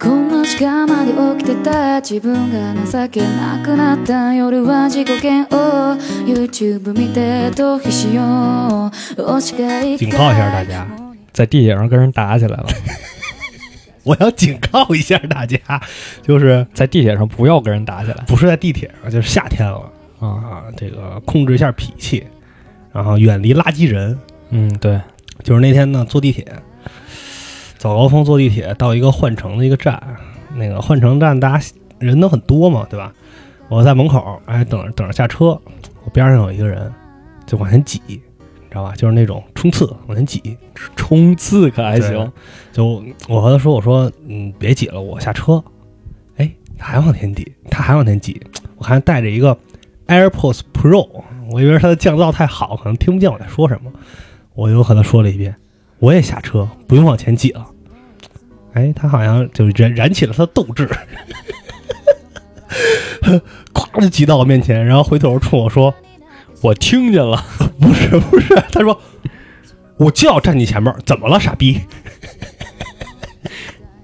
深夜まで起きてた自分が情けなくなった夜は自己嫌悪 YouTube 見て逃避しよう推しがい警告一下大家在地铁上跟人打起来 了， 我要警告一下大家，就是在地铁上不要跟人打起来不是在地铁上，就是夏天了啊。啊，这个控制一下脾气，然后远离垃圾人。嗯，对，就是那天呢，坐地铁，早高峰坐地铁到一个换乘的一个站，那个换乘站大家人都很多嘛，对吧？我在门口，哎，等着等着下车，我边上有一个人就往前挤，你知道吧？就是那种冲刺往前挤，冲刺可还对行，就我和他说，我说，嗯，别挤了，我下车。哎，他还往前挤，他还往前挤，我看带着一个 AirPods Pro，我以为他的降噪太好，可能听不见我在说什么，我又和他说了一遍，我也下车，不用往前挤了。哎，他好像就燃燃起了他的斗志， 咵就挤到我面前，然后回头冲我说：“我听见了， 不是不是，他说我就要站你前面儿，怎么了，傻逼？”，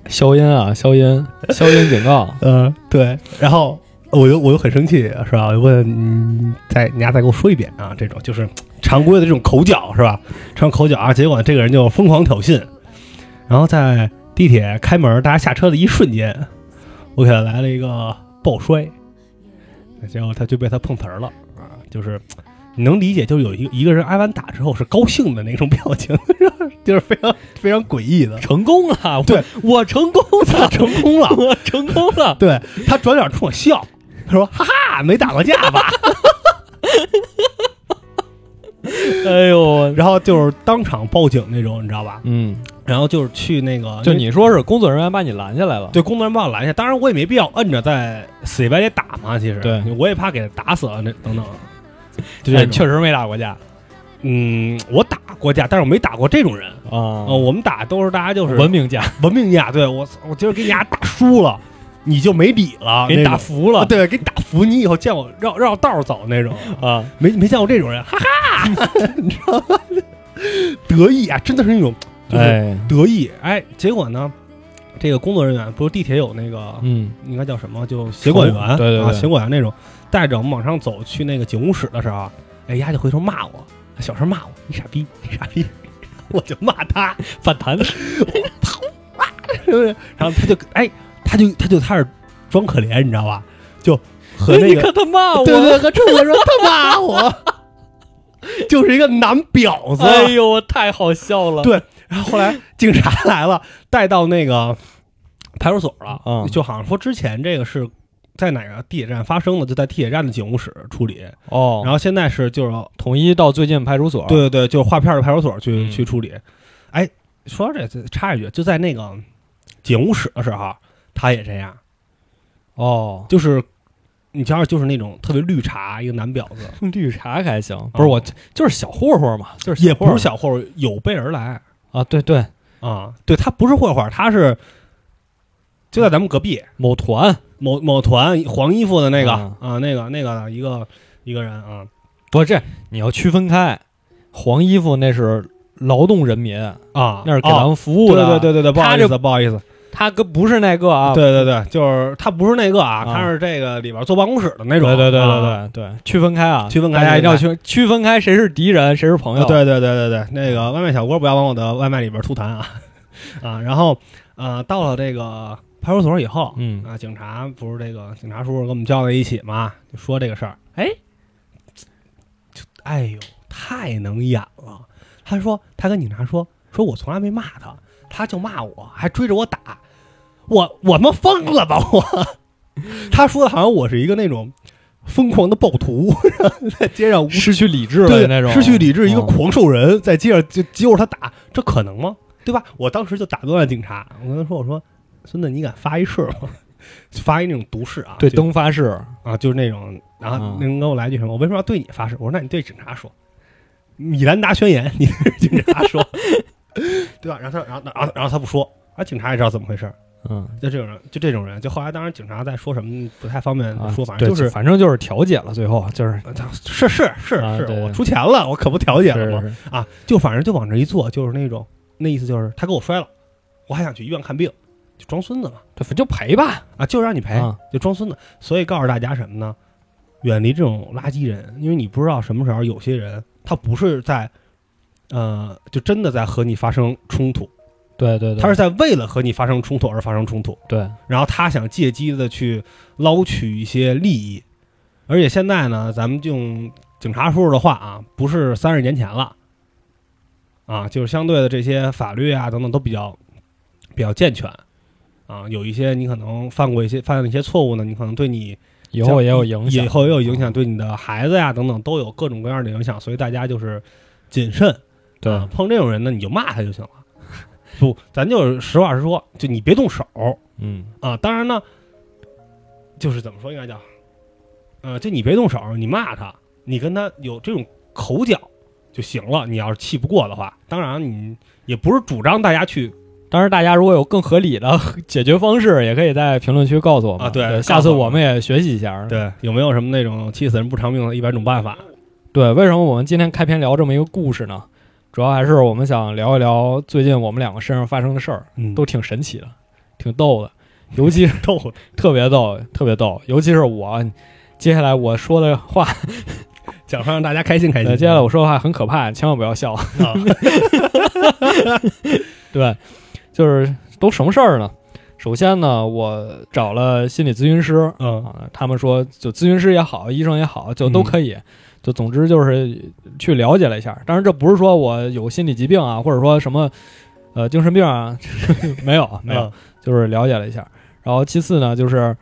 消音啊，消 音，消音警告嗯，对，然后我又我又很生气，是吧？我问嗯，再你俩再给我说一遍啊，这种就是常规的这种口角，是吧？这种口角啊，结果这个人就疯狂挑衅，然后在地铁开门大家下车的一瞬间，我给他来了一个抱摔，结果他就被他碰瓷儿了啊，就是。你能理解，就是有一个一个人挨完打之后是高兴的那种表情， 就是非常非常诡异的。 成功了，我对，我成功 他了，成功了，我成功了， 对他转脸冲我笑，他说：“哈哈，没打过架 吧，哎呦？”然后就是当场报警那种，你知道吧？嗯，然后就是去那个，就因为啊你说是工作人员把你拦下来了，对工作人员把我拦下，当然我也没必要摁着在死乞白赖打嘛，其实对我也怕给他打死了那等等。就这哎你种确实没打过架嗯，我打过架，但是我没打过这种人。啊呃，，我们打都是大家就是文明架，文明架，对我操，我今儿给你俩打输了，你就没理了，给你那打种服了啊对，给你打服，你以后见我绕绕道儿走那种。啊，没没见过这种人，哈哈， 你知道吗？得意啊，真的是那种就是哎，得意。哎，结果呢，这个工作人员不是地铁有那个、嗯，应该叫什么，就协管员，对对啊，对协管员那种，带着我们往上走去那个警务室的时候，哎，丫就回头骂我，小声骂我，你傻逼，你傻逼，我就骂他，反弹，是不是？然后他就哎，他就他就开始装可怜，你知道吧？就和那你个看他骂啊我，对对，和冲我说他骂我，就是一个男婊子。哎呦，我太好笑了，对然后后来警察来了，带到那个派出所了。嗯就好像说之前这个是在哪个地铁站发生的，就在地铁站的警务室处理。哦，然后现在是就是统一到最近派出所，对，对对，就是划片的派出所去、嗯去处理。哎，说到这这插一句，就在那个警务室的时候，他也这样，哦，就是你瞧瞧，就是那种特别绿茶一个男婊子。 绿茶还行，不是我就是小混混嘛，就是哦也不是小小混混，有备而来混混啊，对对，啊。对他不是混混，他是就在咱们隔壁某团某某团黄衣服的那个啊啊，那个那个一个一个人啊，不是这你要区分开，黄衣服那是劳动人民，啊那是给咱哦们服务的，对对对对对，不好他意这思不好意思，他跟不是那个啊，对对对，就是他不是那个啊，啊他是这个里边坐办公室的那对种，对对对啊对对，区分开啊，区分开大家一定要区区分开，谁是敌人，谁是朋友，啊，对对对对对，那个外卖小哥不要往我的外卖里边吐痰啊 啊，然后呃到了这个派出所以后，嗯啊，警察不是这个警察叔叔跟我们叫在一起嘛，就说这个事儿。哎，就哎呦，太能演了。他说他跟警察说说我从来没骂他，他就骂我，还追着我打，我我他妈疯了吧我。 他说的好像我是一个那种疯狂的暴徒， 在街上无失去理智对了那种，失去理智，一个嗯狂兽人在街上就揪着他打，这可能吗？对吧？我当时就打断了警察，我跟他说：“我说孙子，你敢发一誓吗？ 发一那种毒誓啊？对就灯发誓，啊，就是那种，然后嗯能跟我来一句什么？我为什么要对你发誓？我说那你对警察说，米兰达宣言，你对警察说， 对吧？然后他，然后，然后，然后他不说，啊，警察也知道怎么回事。嗯。就这种人，就这种人，就后来当然警察在说什么不太方便啊嗯说，反对正就是。反正就是调解了，最后就是啊是是是啊是，对我出钱了，我可不调解了是吗？是啊，就反正就往这一坐，就是那种那意思就是他给我摔了，我还想去医院看病，就装孙子嘛，对，就赔吧。啊，就让你赔，啊就装孙子。所以告诉大家什么呢？远离这种垃圾人，因为你不知道什么时候有些人他不是在，呃，就真的在和你发生冲突，对对对，他是在为了和你发生冲突而发生冲突，对然后他想借机的去捞取一些利益。而且现在呢，咱们用警察叔叔的话啊，不是三十年前了，啊，就是相对的这些法律啊等等都比较比较健全，啊，有一些你可能犯过一些犯了一些错误呢，你可能对你以后也有影响，以后也有影响，对你的孩子呀等等都有各种各样的影响，所以大家就是谨慎。对啊，碰这种人呢，你就骂他就行了。不，咱就是实话实说，就你别动手嗯，啊。当然呢，就是怎么说应该叫，呃，就你别动手，你骂他，你跟他有这种口角就行了。你要是气不过的话，当然你也不是主张大家去当然，大家如果有更合理的解决方式，也可以在评论区告诉我们。啊对告诉下次我们我们也学习一下。对有没有什么那种气死人不偿命的一百种办法。对，为什么我们今天开篇聊这么一个故事呢？主要还是我们想聊一聊最近我们两个身上发生的事儿，嗯，都挺神奇的，挺逗的，尤其是逗 的特别逗，特别逗，尤其是我。接下来我说的话，讲上让大家开心开心。呃接下来我说的话很可怕，千万不要笑。啊，对，就是都什么事儿呢？首先呢，我找了心理咨询师，嗯啊，他们说就咨询师也好，医生也好，就都嗯可以，就总之就是去了解了一下。当然，这不是说我有心理疾病啊，或者说什么呃精神病啊， 没有啊没 有，嗯就是了解了一下。然后其次呢，就是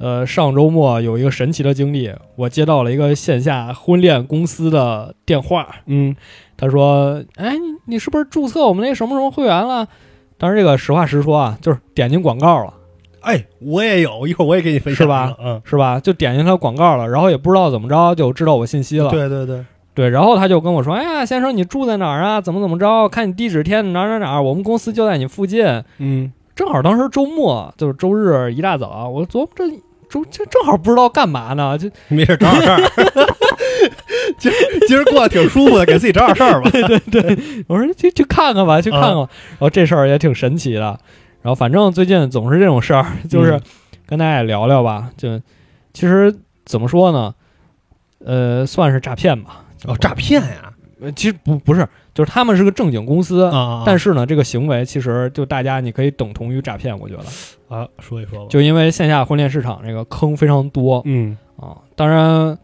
呃上周末有一个神奇的经历，我接到了一个线下婚恋公司的电话，嗯他说：“哎，你你是不是注册我们那什么什么会员了？”当然，这个实话实说啊，就是点进广告了，哎，我也有，一会儿我也给你分享是吧？嗯，是吧？就点进他广告了，然后也不知道怎么着就知道我信息了。对对对，对然后他就跟我说：“哎呀，先生，你住在哪儿啊？怎么怎么着？看你地址贴的哪儿哪儿哪儿，我们公司就在你附近。嗯，”正好当时周末，就是周日一大早啊，我琢磨这周这正好不知道干嘛呢，就没事，找点事 儿。今儿今儿过得挺舒服的，给自己找点事儿吧。我说去去看看吧，去看看吧。然后这事儿也挺神奇的。然后反正最近总是这种事儿，就是跟大家也聊聊吧。就其实怎么说呢，呃，算是诈骗吧。哦，诈骗呀！呃其实不不是，就是他们是个正经公司，啊但是呢，这个行为其实就大家你可以等同于诈骗，我觉得。啊，说一说吧。就因为线下婚恋市场这个坑非常多嗯，啊，当然。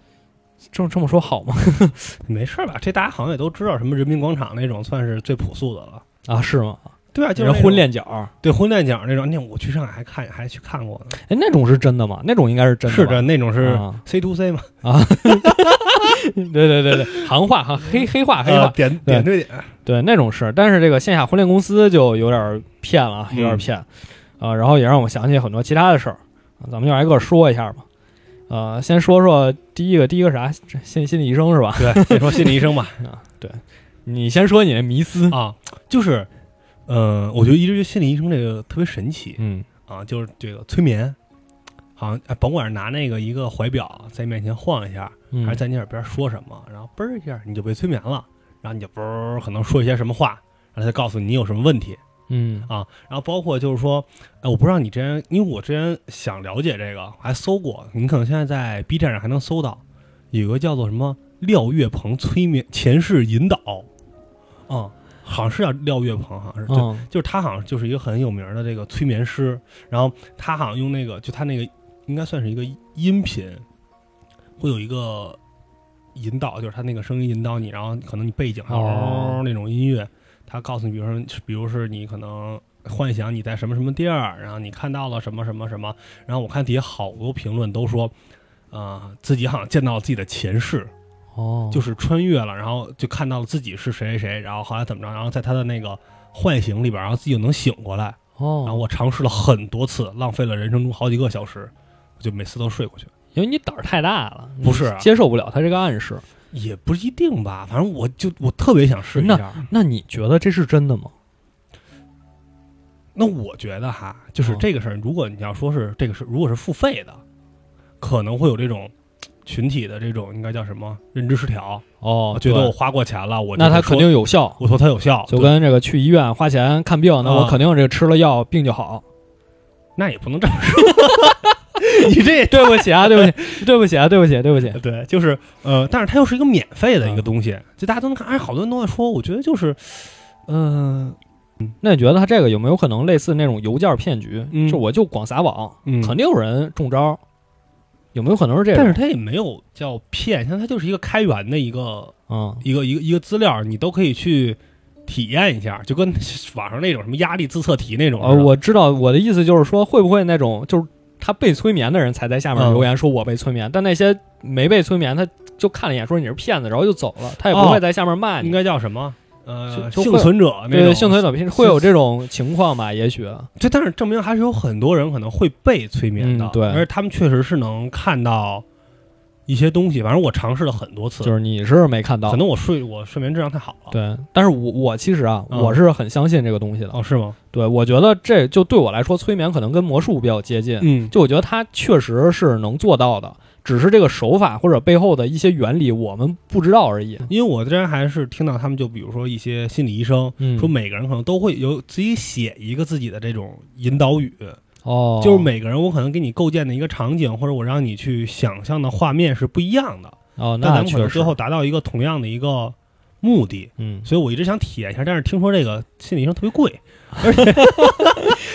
这么这么说好吗？ 没事儿吧？这大家好像也都知道，什么人民广场那种算是最朴素的了。啊，是吗？对啊，就人是婚，恋角，哎，对婚恋角那种。那我去上海还看，还去看过呢。那种是真的吗？那种应该是真的吧。是的，那种是啊 C to C 嘛，对对对对，行话哈，黑黑话黑呃话，点点对点。对那种事。但是这个线下婚恋公司就有点儿骗了啊，有点儿骗，呃，然后也让我想起很多其他的事儿，呃咱们就挨个说一下吧。呃，先说说第一个，第一个啥？这心心理医生是 吧？对，先说心理医生吧。啊，对，你先说你的迷思。啊，就是，嗯，我觉得一直觉得心理医生这个特别神奇。嗯啊，就是这个催眠，好像哎甭管是拿那个一个怀表在面前晃一下，嗯，还是在你耳边说什么，然后嘣儿一下你就被催眠了，然后你就嘣儿可能说一些什么话，然后他告诉你你有什么问题嗯啊，然后包括就是说，哎，我不知道你之前，因为我之前想了解这个，我还搜过，你可能现在在 B 站上还能搜到，有个叫做什么廖月鹏催眠前世引导，啊，好像是叫廖月鹏，好像是，对嗯就是他好像就是一个很有名的这个催眠师，然后他好像用那个就他那个应该算是一个音频，会有一个引导，就是他那个声音引导你，然后可能你背景还有哦那种音乐，他告诉你，比如说比如是你可能幻想你在什么什么地儿，然后你看到了什么什么什么，然后我看底下好多评论都说，啊、自己好像见到了自己的前世，哦，就是穿越了，然后就看到了自己是谁谁谁，然后后来怎么着，然后在他的那个唤醒里边，然后自己就能醒过来。然后哦，我尝试了很多次，浪费了人生中好几个小时，我就每次都睡过去，因为你胆儿太大了，不是啊接受不了他这个暗示。也不一定吧。反正我就我特别想试一下。那你觉得这是真的吗？那我觉得哈，就是哦这个事儿，如果你要说是这个是如果是付费的，可能会有这种群体的这种应该叫什么认知失调，哦我，觉得对我花过钱了，我就那他说肯定有效。哦我说它有效，就跟这个去医院花钱看病，那我啊 肯定这个吃了药病就好。那也不能这么说，你这对不起啊，对不 起，对不起啊，对不起，对不起。对，就是呃，但是它又是一个免费的一个嗯东西，就大家都能看。哎，好多人都在说，我觉得就是，嗯那你觉得他这个有没有可能类似那种邮件骗局？嗯就我就广撒网，嗯，肯定有人中招，有没有可能是这但个？是它也没有叫骗，像它就是一个开源的一个嗯一个一个一个资料，你都可以去体验一下，就跟 网上那种什么压力自测题那种似呃，的。我知道我的意思就是说，会不会那种就是他被催眠的人才在下面嗯留言说我被催眠，但那些没被催眠，他就看了一眼说你是骗子，然后就走了，他也不哦会在下面骂应你。该叫什么？呃，就就幸会存者那种对，幸存者偏会有这种情况吧？也许，就但是证明还是有很多人可能会被催眠的，嗯对而他们确实是能看到一些东西。反正我尝试了很多次，就是你是没看到可，能我睡我睡眠质量太好了。对。但是我我其实啊，嗯我是很相信这个东西的。哦，是吗？对，我觉得这就对我来说，催眠可能跟魔术比较接近。嗯，就我觉得它确实是能做到的，只是这个手法或者背后的一些原理我们不知道而已。因为我之前还是听到他们就比如说一些心理医生。嗯说每个人可能都会有自己写一个自己的这种引导语，哦，就是每个人我可能给你构建的一个场景，或者我让你去想象的画面是不一样的，哦，但咱那们可能确最实，后达到一个同样的一个目的。嗯，所以我一直想体验一下，但是听说这个心理医生特别 贵，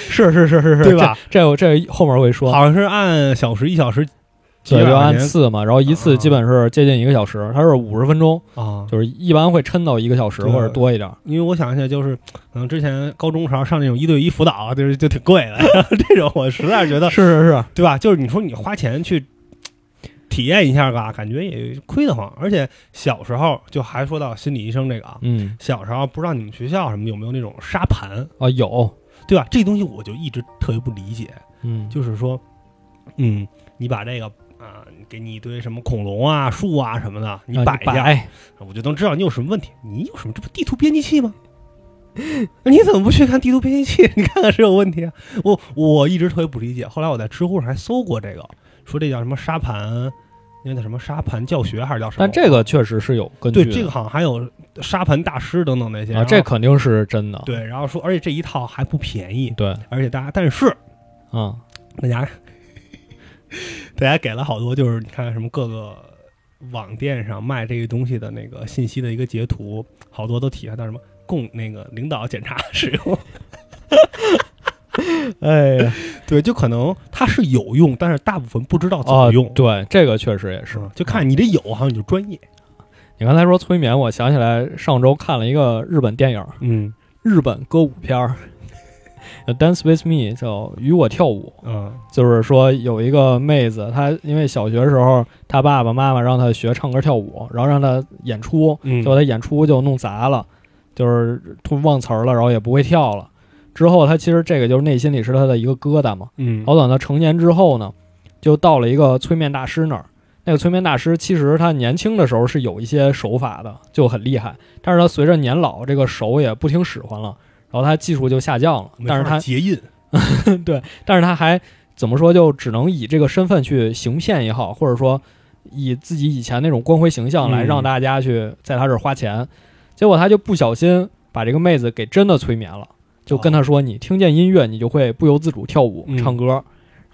是是是是 是，对吧这？这我这后面会说，好像是按小时一小时几对，百就块按钱次嘛，然后一次基本是接近一个小时，它是五十分钟，啊。就是一般会抻到一个小时对或者多一点。因为我想一下，就是可能之前高中时候上那种一对一辅导啊，就是就挺贵的， 然后这种我实 在是觉得，是是是，对吧？就是你说你花钱去体验一下吧，感觉也亏得慌。而且小时候就还说到心理医生这个啊，嗯，小时候不知道你们学校什么有没有那种沙盘，啊有，对吧？这东西我就一直特别不理解，嗯，就是说，嗯，你把这个啊，给你一堆什么恐龙啊、树啊什么的，你啊摆一下，摆，我就能知道你有什么问题。你有什么？这不地图编辑器吗？你怎么不去看地图编辑器？你看看是有问题啊！我我一直特别不理解。后来我在知乎上还搜过这个，说这叫什么沙盘，那叫什么沙盘教学还是叫什么？但这个确实是有根据对的，这个好像还有沙盘大师等等那些啊，然后这肯定是真的，对，然后说，而且这一套还不便宜，对，而且大家但是嗯，大家大家给了好多，就是你看什么各个网店上卖这个东西的那个信息的一个截图，好多都体现到什么供那个领导检查 使用。哎呀。对，就可能它是有用，但是大部分不知道怎哦，么用。对，这个确实也是嗯。就看你这有，好像你就专业。你刚才说催眠，我想起来上周看了一个日本电影，嗯日本歌舞片儿， 叫《Dance with Me》，叫《与我跳舞》。嗯就是说有一个妹子，她因为小学时候，她爸爸妈妈让她学唱歌跳舞，然后让她演出，嗯结果她演出就弄砸了，就是突忘词儿了，然后也不会跳了。之后她其实这个就是内心里是她的一个疙瘩嘛。嗯好，等她成年之后呢，就到了一个催眠大师那儿。那个催眠大师其实他年轻的时候是有一些手法的，就很厉害。但是他随着年老，这个手也不听使唤了，然后他技术就下降了。没但是法他结印。对，但是他还怎么说，就只能以这个身份去行骗也好，或者说以自己以前那种光辉形象来嗯让大家去在他这儿花钱。结果他就不小心把这个妹子给真的催眠了，就跟他说：“你听见音乐，你就会不由自主跳舞、嗯唱歌。”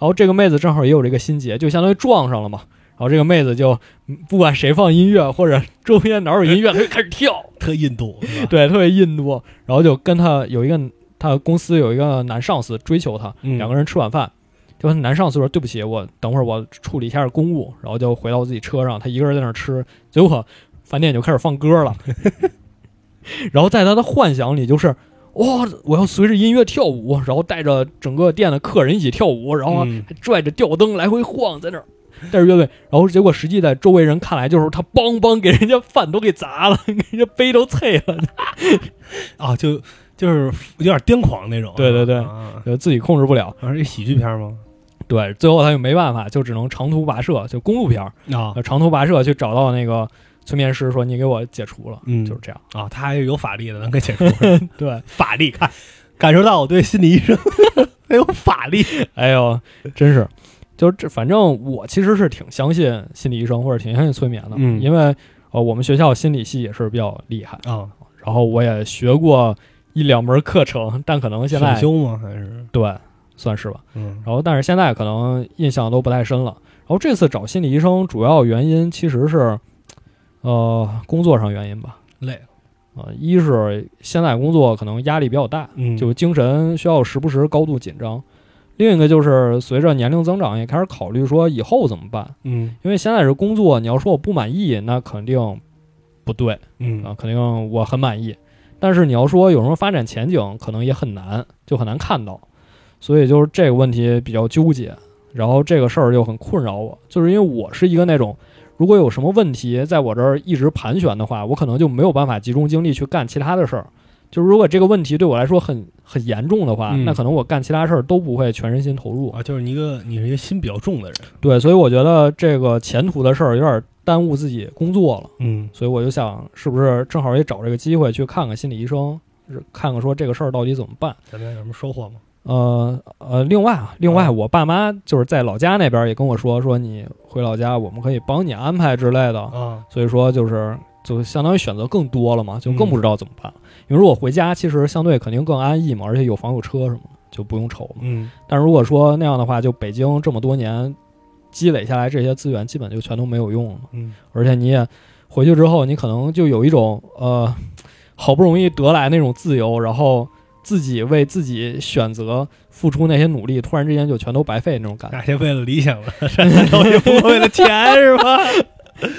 然后这个妹子正好也有这个心结，就相当于撞上了嘛。然后这个妹子就嗯不管谁放音乐，或者周边哪有音乐，她就开始跳。特印度， 是吧，对，特别印度。然后就跟他有一个他公司有一个男上司追求他，嗯两个人吃晚饭，就他男上司说对不起，我等会儿我处理一下公务，然后就回到自己车上，他一个人在那儿吃，结果饭店就开始放歌 了，然后在他的幻想里就是。哇、我要随着音乐跳舞，然后带着整个店的客人一起跳舞，然后嗯还拽着吊灯来回晃，在那儿带着乐队，然后结果实际在周围人看来，就是他梆梆给人家饭都给砸了， 给人家杯都碎了，啊，就就是有点癫狂那种。对对对啊，就自己控制不了。而且喜剧片吗？对，最后他就没办法，就只能长途跋涉，就公路片儿，呃啊长途跋涉去找到那个催眠师，说你给我解除了，嗯，就是这样。啊，他还是有法力的，能给解 除。对，法力，看感受到我对心理医生 很有法力。哎呦，真是，就是这，反正我其实是挺相信心理医生或者挺相信催眠的，嗯因为呃，我们学校心理系也是比较厉害，啊，然后我也学过一两门课程，但可能现在选修吗？还是对，算是吧。嗯然后，但是现在可能印象都不太深了。然后这次找心理医生，主要原因其实是，呃，工作上原因吧。累了，呃，一是现在工作可能压力比较大，嗯就精神需要时不时高度紧张。另一个就是随着年龄增长，也开始考虑说以后怎么办。嗯因为现在是工作，你要说我不满意，那肯定不对啊嗯，肯定我很满意。但是你要说有什么发展前景，可能也很难，就很难看到。所以就是这个问题比较纠结，然后这个事儿又很困扰我，就是因为我是一个那种，如果有什么问题在我这儿一直盘旋的话，我可能就没有办法集中精力去干其他的事儿。就是如果这个问题对我来说很很严重的话，嗯那可能我干其他事儿都不会全身心投入。啊，就是你一个你是一个心比较重的人，对，所以我觉得这个前途的事儿有点耽误自己工作了。嗯所以我就想，是不是正好也找这个机会去看看心理医生，是看看说这个事儿到底怎么办。咱们有什么收获吗？呃呃，另外啊，另外我爸妈就是在老家那边也跟我说，说你回老家，我们可以帮你安排之类的。啊，所以说就是就相当于选择更多了嘛，就更嗯不知道怎么办。因为如果回家，其实相对肯定更安逸嘛，而且有房有车什么的，就不用愁嘛。嗯但如果说那样的话，就北京这么多年积累下来这些资源，基本就全都没有用了嘛。嗯而且你也回去之后，你可能就有一种呃，好不容易得来那种自由，然后自己为自己选择付出那些努力，突然之间就全都白费那种感觉。那些为了理想的，都是不过为了 钱是吧？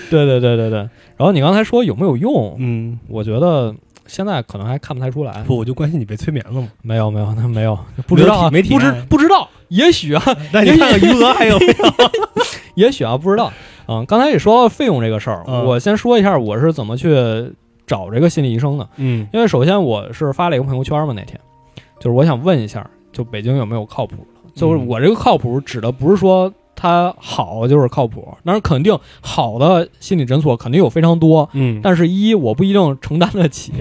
对对对对对。然后你刚才说有没有用？嗯，我觉得现在可能还看不太出来。不，我就关心你被催眠了吗？没有没有，那没有，不知道啊，没体不知没体验不知道，也许啊， 那你看看余额还 有没有？也许啊，不知道。嗯，刚才也说到费用这个事儿，嗯我先说一下我是怎么去找这个心理医生的。嗯因为首先我是发了一个朋友圈嘛，那天就是我想问一下，就北京有没有靠谱的？就是嗯我这个靠谱指的不是说它好就是靠谱，但是肯定好的心理诊所肯定有非常多。嗯，但是，一我不一定承担得 起；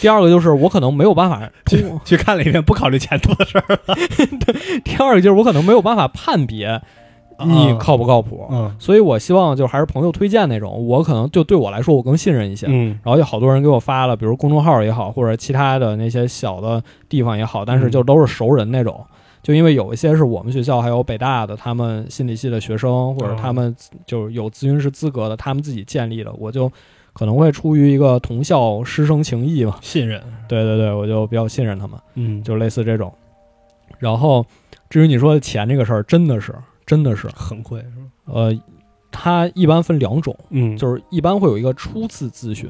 第二个就是我可能没有办法通， 去看了一遍，不考虑钱多的事儿。第二个就是我可能没有办法判别你靠不靠谱。啊嗯所以我希望就还是朋友推荐那种，我可能就对我来说我更信任一些。嗯然后有好多人给我发了，比如公众号也好，或者其他的那些小的地方也好，但是就都是熟人那种。就因为有一些是我们学校还有北大的，他们心理系的学生，或者他们就是有咨询师资格的，他们自己建立的，我就可能会出于一个同校师生情谊嘛，信任，对对对，我就比较信任他们，嗯就就类似这种。然后，至于你说的钱这个事儿，真的是真的是，很贵是吧？呃，它一般分两种，嗯就是一般会有一个初次咨询，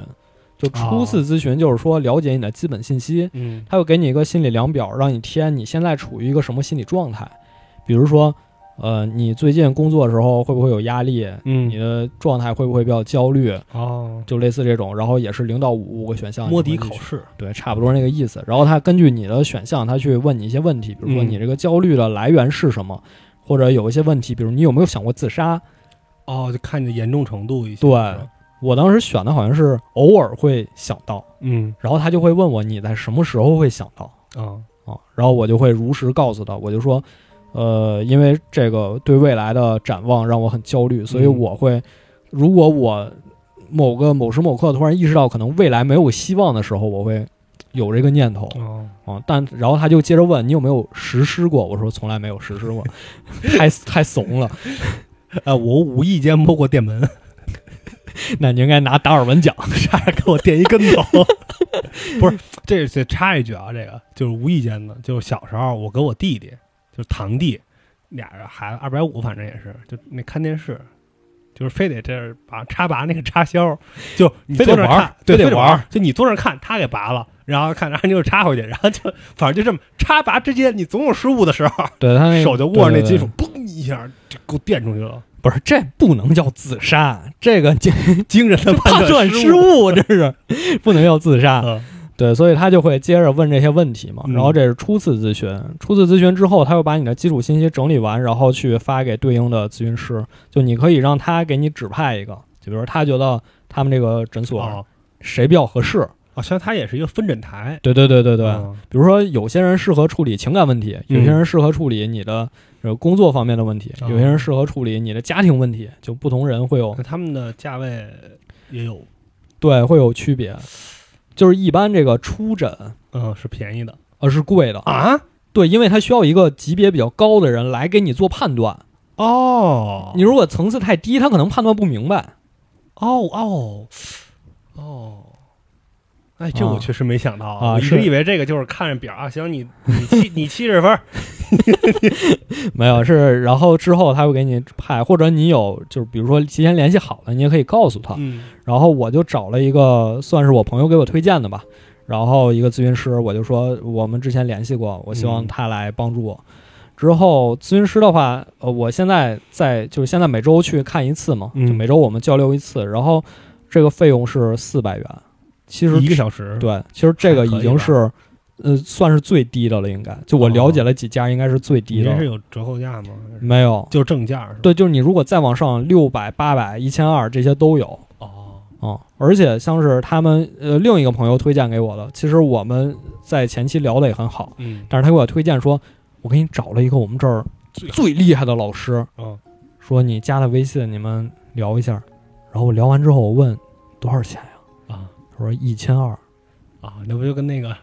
就初次咨询就是说了解你的基本信息，嗯他会给你一个心理量表，让你填你现在处于一个什么心理状态，比如说，呃，你最近工作的时候会不会有压力？嗯你的状态会不会比较焦虑？哦，就类似这种，然后也是零到五个选项，摸底你会考去试，对，差不多那个意思。然后他根据你的选项，他去问你一些问题，比如说嗯你这个焦虑的来源是什么，或者有一些问题，比如你有没有想过自杀？哦，就看你的严重程度一些。对是吧我当时选的好像是偶尔会想到，嗯然后他就会问我你在什么时候会想到啊，啊，然后我就会如实告诉他，我就说，呃，因为这个对未来的展望让我很焦虑，所以嗯我会，如果我某个某时某刻突然意识到可能未来没有希望的时候，我会有这个念头哦，啊。但然后他就接着问你有没有实施过，我说从来没有实施 过，太太怂了，啊，我无意间摸过电门， 那你应该拿达尔文奖。差点给我垫一跟头。 不是，这这插一句啊，这个就是无意间的，就是小时候我跟我弟弟，就是堂弟，俩人孩子二百五，反正也是，就那看电视。就是非得这儿把插拔那个插销，就你非得坐那儿玩儿看，对，非非得得玩儿玩儿，就你坐那儿看，他给拔了，然后看，然后你就插回去，然后就反正就这么插拔之间，你总有失误的时候，对他那个手就握着对那对金哎对属，嘣一下就给我垫出去了，不是，这不能叫自杀，这个这惊人的判断断失 误。 误，这是不能叫自杀。嗯对，所以他就会接着问这些问题嘛。嗯然后这是初次咨询，初次咨询之后，他会把你的基础信息整理完，然后去发给对应的咨询师。就你可以让他给你指派一个，就比如他觉得他们这个诊所哦谁比较合适。哦，虽然它也是一个分诊台，对对对对对，嗯比如说有些人适合处理情感问题，有嗯些人适合处理你的呃工作方面的问题，哦有些人适合处理你的家庭问题，就不同人会有那他们的价位也有，对，会有区别。就是一般这个初诊嗯，是便宜的呃是贵的，啊？对，因为它需要一个级别比较高的人来给你做判断。哦，你如果层次太低，他可能判断不明白。哦哦哦，哎，这我啊确实没想到啊我一直是以为这个就是看着表啊，行，你你七 你七十分儿，没有是，然后之后他会给你派，或者你有就是比如说提前联系好了，你也可以告诉他。嗯然后我就找了一个算是我朋友给我推荐的吧，然后一个咨询师，我就说我们之前联系过，我希望他来帮助我。之后咨询师的话，呃，我现在在就是现在每周去看一次嘛，嗯就每周我们交流一次，然后这个费用是四百元，其实一个小时，对，其实这个已经还是。呃，算是最低的了，应该就我了解了几家，应该是最低你这的了。哦是有折扣价吗？没有，就是正价是吧？对，就是你如果再往上，六百、八百、一千二这些都有。哦，啊、而且像是他们呃另一个朋友推荐给我的，其实我们在前期聊的也很好，嗯，但是他给我推荐说，我给你找了一个我们这儿最最厉害的老师，哦说你加他微信，你们聊一下。然后我聊完之后，我问多少钱呀、啊他说一千二。啊，那不就跟那个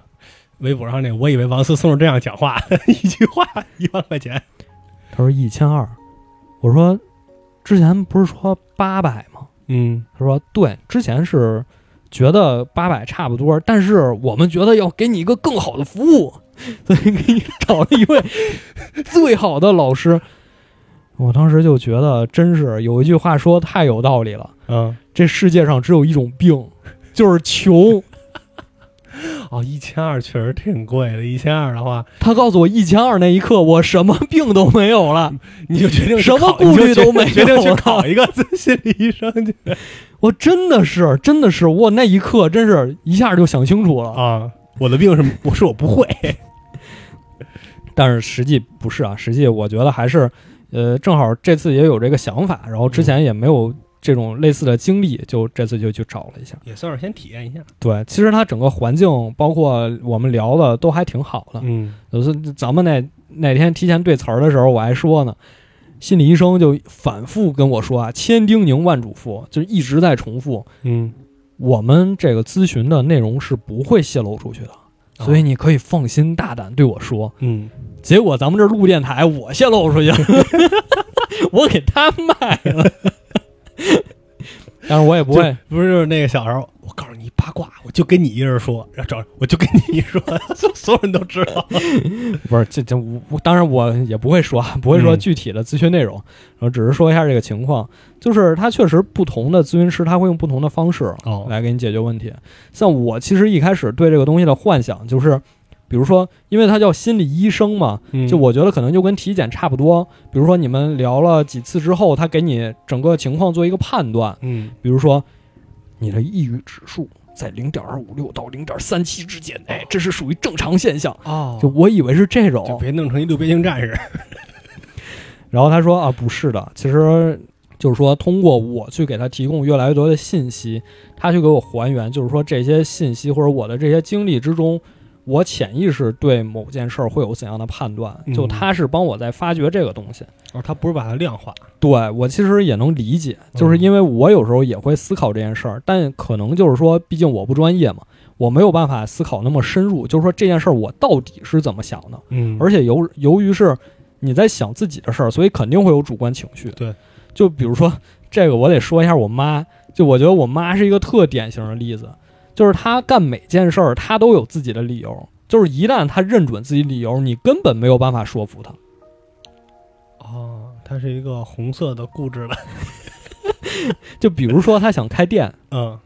微博上那，我以为王思聪是这样讲话， 一句话一万块钱，他说一千二。我说之前不是说八百吗？嗯，他说对，之前是觉得八百差不多，但是我们觉得要给你一个更好的服务，所以给你找了一位最好的老师。我当时就觉得，真是有一句话说太有道理了，啊这世界上只有一种病，就是穷。哦，一千二确实挺贵的，一千二的话，他告诉我一千二那一刻，我什么病都没有了，你就决定去什么考顾虑你就决都没有决定去了考一个心理医生去我真的是，真的是，我那一刻真是一下就想清楚了。啊！我的病是我是我不会，但是实际不是啊，实际我觉得还是，呃，正好这次也有这个想法，然后之前也没有这种类似的经历，就这次就去找了一下。也算是先体验一下。对，其实它整个环境，包括我们聊的都还挺好的。嗯，就是咱们那那天提前对词儿的时候，我还说呢，心理医生就反复跟我说啊，千叮咛万嘱咐，就是一直在重复，嗯，我们这个咨询的内容是不会泄露出去啊的，啊所以你可以放心大胆对我说。嗯，结果咱们这录电台，我泄露出去了， 我给他卖了。但是我也不会，不是就是那个小时候，我告诉你八卦，我就跟你一人说，然后找我就跟你一说， 所所有人都知道。不是这这我，我当然我也不会说，不会说嗯具体的咨询内容，然后只是说一下这个情况，就是他确实不同的咨询师他会用不同的方式哦来给你解决问题。像我其实一开始对这个东西的幻想就是，比如说，因为他叫心理医生嘛，嗯就我觉得可能就跟体检差不多。比如说你们聊了几次之后，他给你整个情况做一个判断，嗯比如说你的抑郁指数在零点二五六到零点三七之间，哎，这是属于正常现象。哦就我以为是这就种，别弄成一溜边形战士。然后他说啊，不是的，其实就是说通过我去给他提供越来越多的信息，他去给我还原，就是说这些信息或者我的这些经历之中。我潜意识对某件事儿会有怎样的判断？嗯就他是帮我在发掘这个东西，哦，他不是把它量化。对我其实也能理解，嗯就是因为我有时候也会思考这件事儿，但可能就是说，毕竟我不专业嘛，我没有办法思考那么深入，就是说这件事儿我到底是怎么想的。嗯而且由由于是你在想自己的事儿，所以肯定会有主观情绪。对，就比如说这个，我得说一下我妈，就我觉得我妈是一个特典型的例子，就是她干每件事儿，她都有自己的理由，就是一旦她认准自己理由，你根本没有办法说服她。哦，他是一个红色的固执的。就比如说她想开店。嗯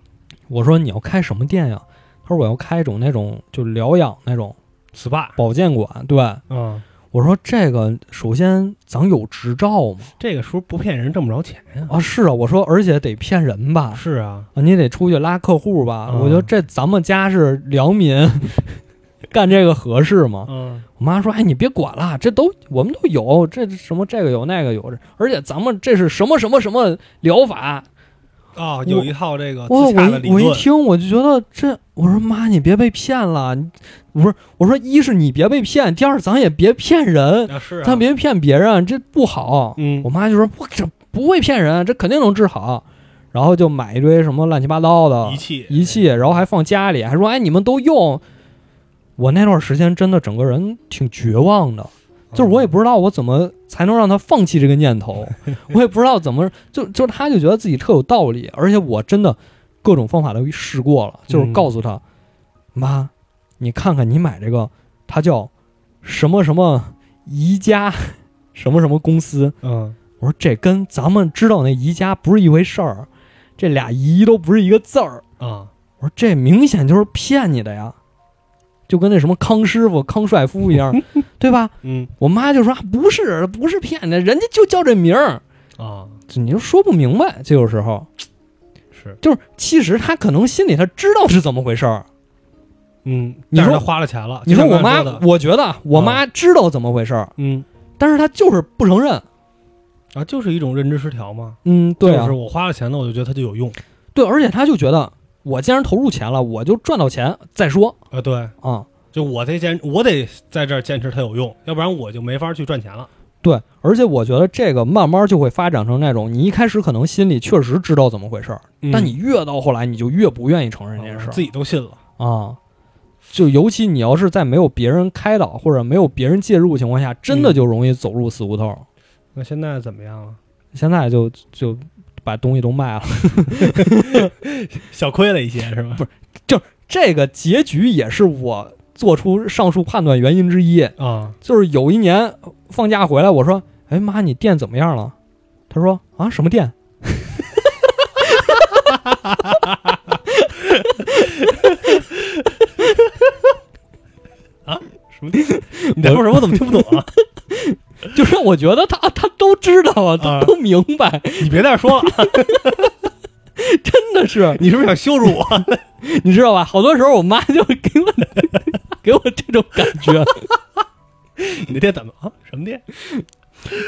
我说你要开什么店呀？他说我要开一种那种就疗养那种，SPA。保健馆。对嗯，我说这个首先咱有执照吗？这个叔不骗人挣不着钱呀、啊是啊，我说而且得骗人吧，是啊，啊你得出去拉客户吧。嗯我觉得这咱们家是良民， 干这个合适吗？嗯，我妈说哎你别管了，这都我们都有，这什么这个有那个有，这而且咱们这是什么什么什么疗法，哦，有有一一套这个我自洽的我理一我一论。听我就觉得这，我说妈，你别被骗了，你不是我说一是你别被骗，第二咱也别骗人，啊，是啊，咱别骗别人，这不好。嗯我，妈就说不这不会骗人，这肯定能治好，然后就买一堆什么乱七八糟的仪器仪器，然后还放家里，还说哎你们都用。我那段时间真的整个人挺绝望的，就是我也不知道我怎么才能让他放弃这个念头，我也不知道怎么就就他就觉得自己特有道理，而且我真的各种方法都试过了，就是告诉他、妈，你看看你买这个，它叫什么什么宜家什么什么公司，嗯我说这跟咱们知道那宜家不是一回事儿，这俩宜都不是一个字儿。啊我说这明显就是骗你的呀，就跟那什么康师傅、康帅夫一样，对吧？嗯我妈就说、啊、不是，不是骗你的，人家就叫这名儿，啊就你就说不明白。这有时候是就是，其实他可能心里他知道是怎么回事儿。嗯，你但说是他花了钱了，你说啊就我像刚才妈说，的啊我觉得啊我妈知道怎么回事儿，嗯但是她就是不承认。啊，就是一种认知失调嘛。嗯，对就啊是，我花了钱了，我就觉得它就有用对，而且她就觉得我既然投入钱了，我就赚到钱再说啊。对，啊。就我得坚，我得在这儿坚持它有用，要不然我就没法去赚钱了。对，而且我觉得这个慢慢就会发展成那种，你一开始可能心里确实知道怎么回事儿，但你越到后来，你就越不愿意承认这件嗯事啊儿自己都信了，啊。就尤其你要是在没有别人开导或者没有别人介入的情况下，真的就容易走入死胡同。那现在怎么样啊了？现在就就把东西都卖了，小亏了 一些是吧？不是这个结局也是我做出上述判断原因之一。啊，就是有一年放假回来，我说：“哎妈，你店怎么样了？”他说：“啊，什么店？” 什么地方？ 你在说什么？我怎么听不懂 啊？就是我觉得他他都知道啊，啊都都明白，你别再说了，啊真的是，你是不是想羞辱我？你知道吧？好多时候我妈就给我 给我这种感觉，你的店怎么啊？什么店？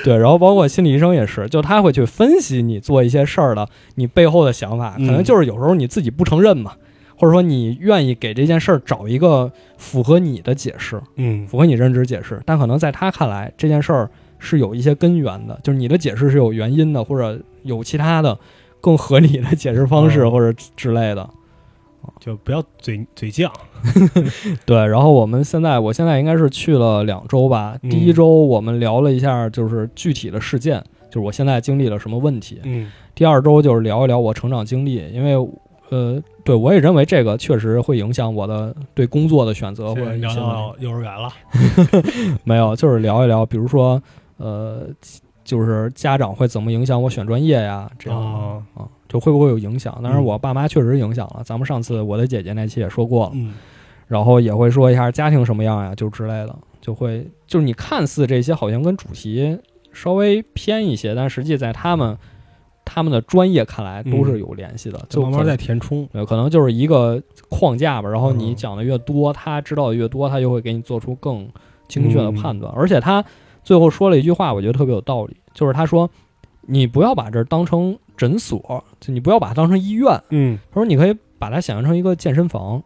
对。然后包括心理医生也是，就他会去分析你做一些事儿的你背后的想法，可嗯能就是有时候你自己不承认嘛，或者说你愿意给这件事儿找一个符合你的解释，嗯符合你认知解释，但可能在他看来这件事儿是有一些根源的，就是你的解释是有原因的，或者有其他的更合理的解释方式嗯或者之类的。就不要嘴嘴犟。对，然后我们现在，我现在应该是去了两周吧。嗯第一周我们聊了一下，就是具体的事件，就是我现在经历了什么问题。嗯第二周就是聊一聊我成长经历，因为呃，对我也认为这个确实会影响我的对工作的选择或者一聊些问题到幼儿园了，没有，就是聊一聊，比如说呃，就是家长会怎么影响我选专业呀，这样的哦啊，就会不会有影响？当然，嗯我爸妈确实影响了。咱们上次我的姐姐那期也说过了。嗯然后也会说一下家庭什么样呀，就之类的，就会就是你看似这些好像跟主题稍微偏一些，但实际在他们他们的专业看来都是有联系的，嗯就就慢可慢能在填充。对，可能就是一个框架吧。然后你嗯讲的越多，他知道的越多，他就会给你做出更精确的嗯判断。而且他最后说了一句话，我觉得特别有道理，就是他说：“你不要把这儿当成诊所，就你不要把它当成医院。”嗯他说你可以把它想象成一个健身房，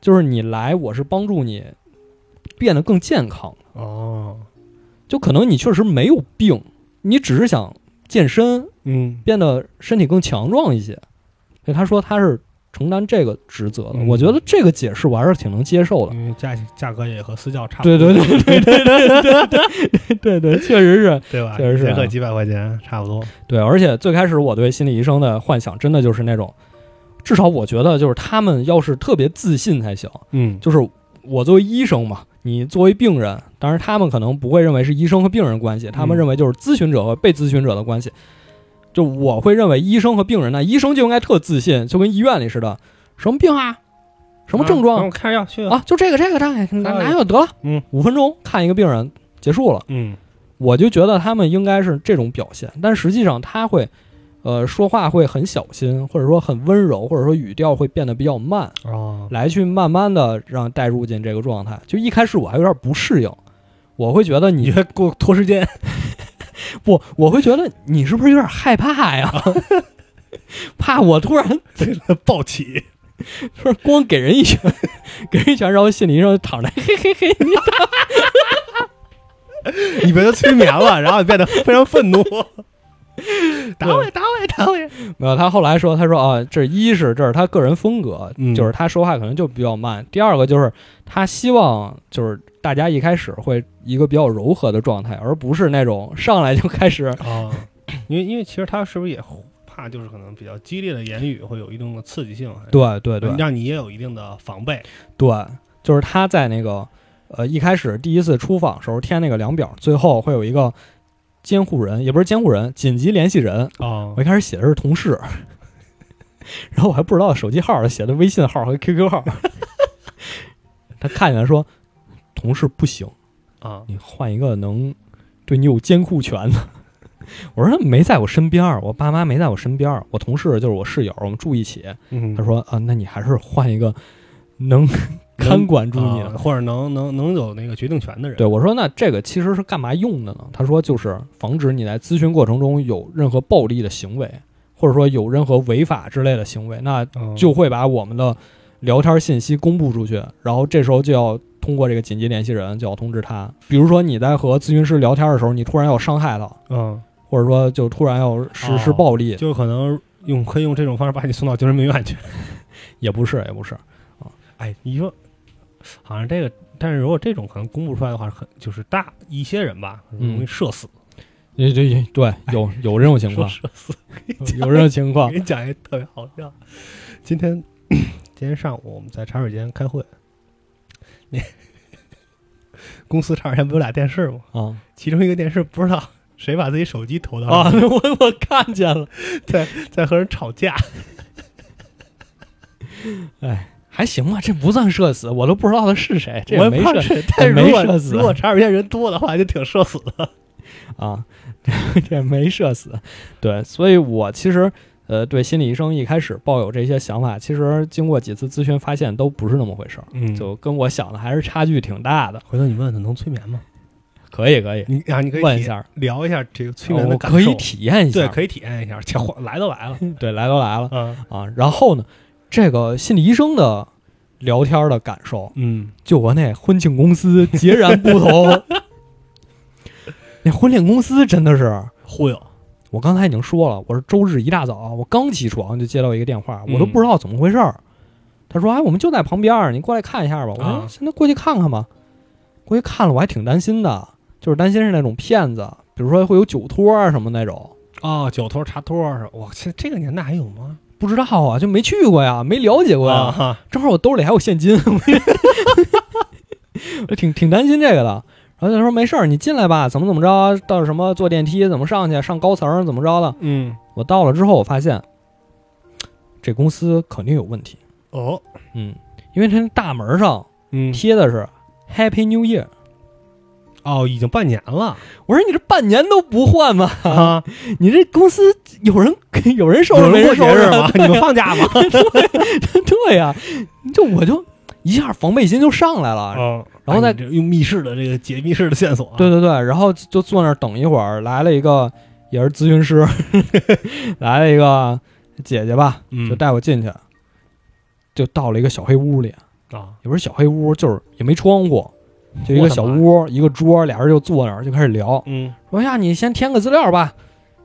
就是你来，我是帮助你变得更健康的。哦就可能你确实没有病，你只是想健身，嗯变得身体更强壮一些。所以他说他是承担这个职责的，嗯我觉得这个解释我还是挺能接受的。因为价价格也和私教差不多，对对对对对对对对对，确实是对吧？确实是啊一节课几百块钱差不多。对。而且最开始我对心理医生的幻想，真的就是那种，至少我觉得就是他们要是特别自信才行。嗯就是我作为医生嘛，你作为病人，当然他们可能不会认为是医生和病人关系，他们嗯认为就是咨询者和被咨询者的关系。就我会认为医生和病人呢，医生就应该特自信，就跟医院里似的，什么病啊，什么症啊状我看药去啊，。就这个这个这个拿哎拿药得了，嗯，五分钟看一个病人结束了。嗯我就觉得他们应该是这种表现，但实际上他会，呃，说话会很小心，或者说很温柔，或者说语调会变得比较慢。哦来去慢慢的让带入进这个状态。就一开始我还有点不适应，我会觉得你你还给我拖时间， 不，我会觉得你是不是有点害怕呀？ 怕我突然暴起。说光给人一拳，给人一拳，然后心理医生就躺着，嘿嘿嘿，你 你被他催眠了，然后变得非常愤怒。打我呀，打我呀，打我呀！ 没有，他后来说，他说啊，这一是这是他个人风格，嗯就是他说话可能就比较慢；第二个就是他希望就是大家一开始会一个比较柔和的状态，而不是那种上来就开始啊，因为因为其实他是不是也怕就是可能比较激烈的言语会有一定的刺激性？还是对对对让你也有一定的防备。对，就是他在那个呃一开始第一次出访时候填那个量表，最后会有一个监护人，也不是监护人，紧急联系人。哦我一开始写的是同事， 然后我还不知道手机号，写的微信号和 QQ 号。 他看见说，同事不行，啊，你换一个能对你有监护权的。 我说没在我身边儿，我爸妈没在我身边儿，我同事就是我室友，我们住一起。嗯他说啊，那你还是换一个能 看管住你啊的。或者能能能有那个决定权的人。对我说，那这个其实是干嘛用的呢？他说就是防止你在咨询过程中有任何暴力的行为，或者说有任何违法之类的行为，那嗯，就会把我们的聊天信息公布出去，然后这时候就要通过这个紧急联系人就要通知他。比如说你在和咨询师聊天的时候，你突然要伤害他，嗯，或者说就突然要实施哦暴力，就可能用可以用这种方式把你送到精神病院 去。也不是也不是，哎，你说，好像这个，但是如果这种可能公布出来的话，很就是大一些人吧，嗯容易社死。对对对，有有这种情 况说，社死， 有这种情我况给，你讲一个特别好笑。今天 今天上午我们在茶水间开会，那 公司茶水间不有俩电视吗？啊其中一个电视不知道谁把自己手机投到啊！ 了，我我看见了，在和人吵架。还行吧，这不算社死，我都不知道他是谁， 这我也也没不知道社是，但是没如果社死如果茶水间人多的话，就挺社死的。啊，这 这没社死。对，所以我其实呃对心理医生一开始抱有这些想法，其实经过几次咨询发现都不是那么回事儿，嗯就跟我想的还是差距挺大的。回头你问问能催眠吗？可以可以，你啊，你可以问体一下，聊一下这个催啊眠的我感可受以体验一下，对，可以体验一下。且话来都 来了，以对来都来了嗯啊。然后呢，这个心理医生的聊天的感受，嗯，就和那婚庆公司截然 不同。那婚恋公司真的是，忽悠我刚才已经说了，我是周日一大早，我刚起床就接到一个电话，嗯我都不知道怎么回事儿。他说：“哎，我们就在旁边儿，你过来看一下吧。”我说哎啊：“现在过去看看吧。”过去看了，我还挺担心的，就是担心是那种骗子，比如说会有酒托啊什么那种，哦，酒托茶托是吧，我现这个年代还有吗？不知道啊，就没去过呀，没了解过呀。啊哈，正好我兜里还有现金，我挺挺担心这个的。然后他说没事儿，你进来吧，怎么怎么着，到什么坐电梯，怎么上去，上高层怎么着的。嗯，我到了之后，我发现这公司肯定有问题，哦，嗯，因为它那大门上嗯，贴的是 Happy New Year。哦，已经半年了我说你这半年都不换吗？啊，你这公司有人有人收拾有没人过节人收拾日啊吗？你们放假 吗？ 对呀、就我就一下防备心就上来了，嗯， 然后再哎你这用密室的这个解密室的线索啊，对对对，然后就坐那儿等一会儿，来了一个也是咨询师， 来了一个姐姐吧，嗯，就带我进去，就到了一个小黑屋里，啊，也不是小黑屋，就是也没窗户，就一个小屋，一个桌，俩人就坐那儿就开始聊，嗯，说哎呀，你先填个资料吧。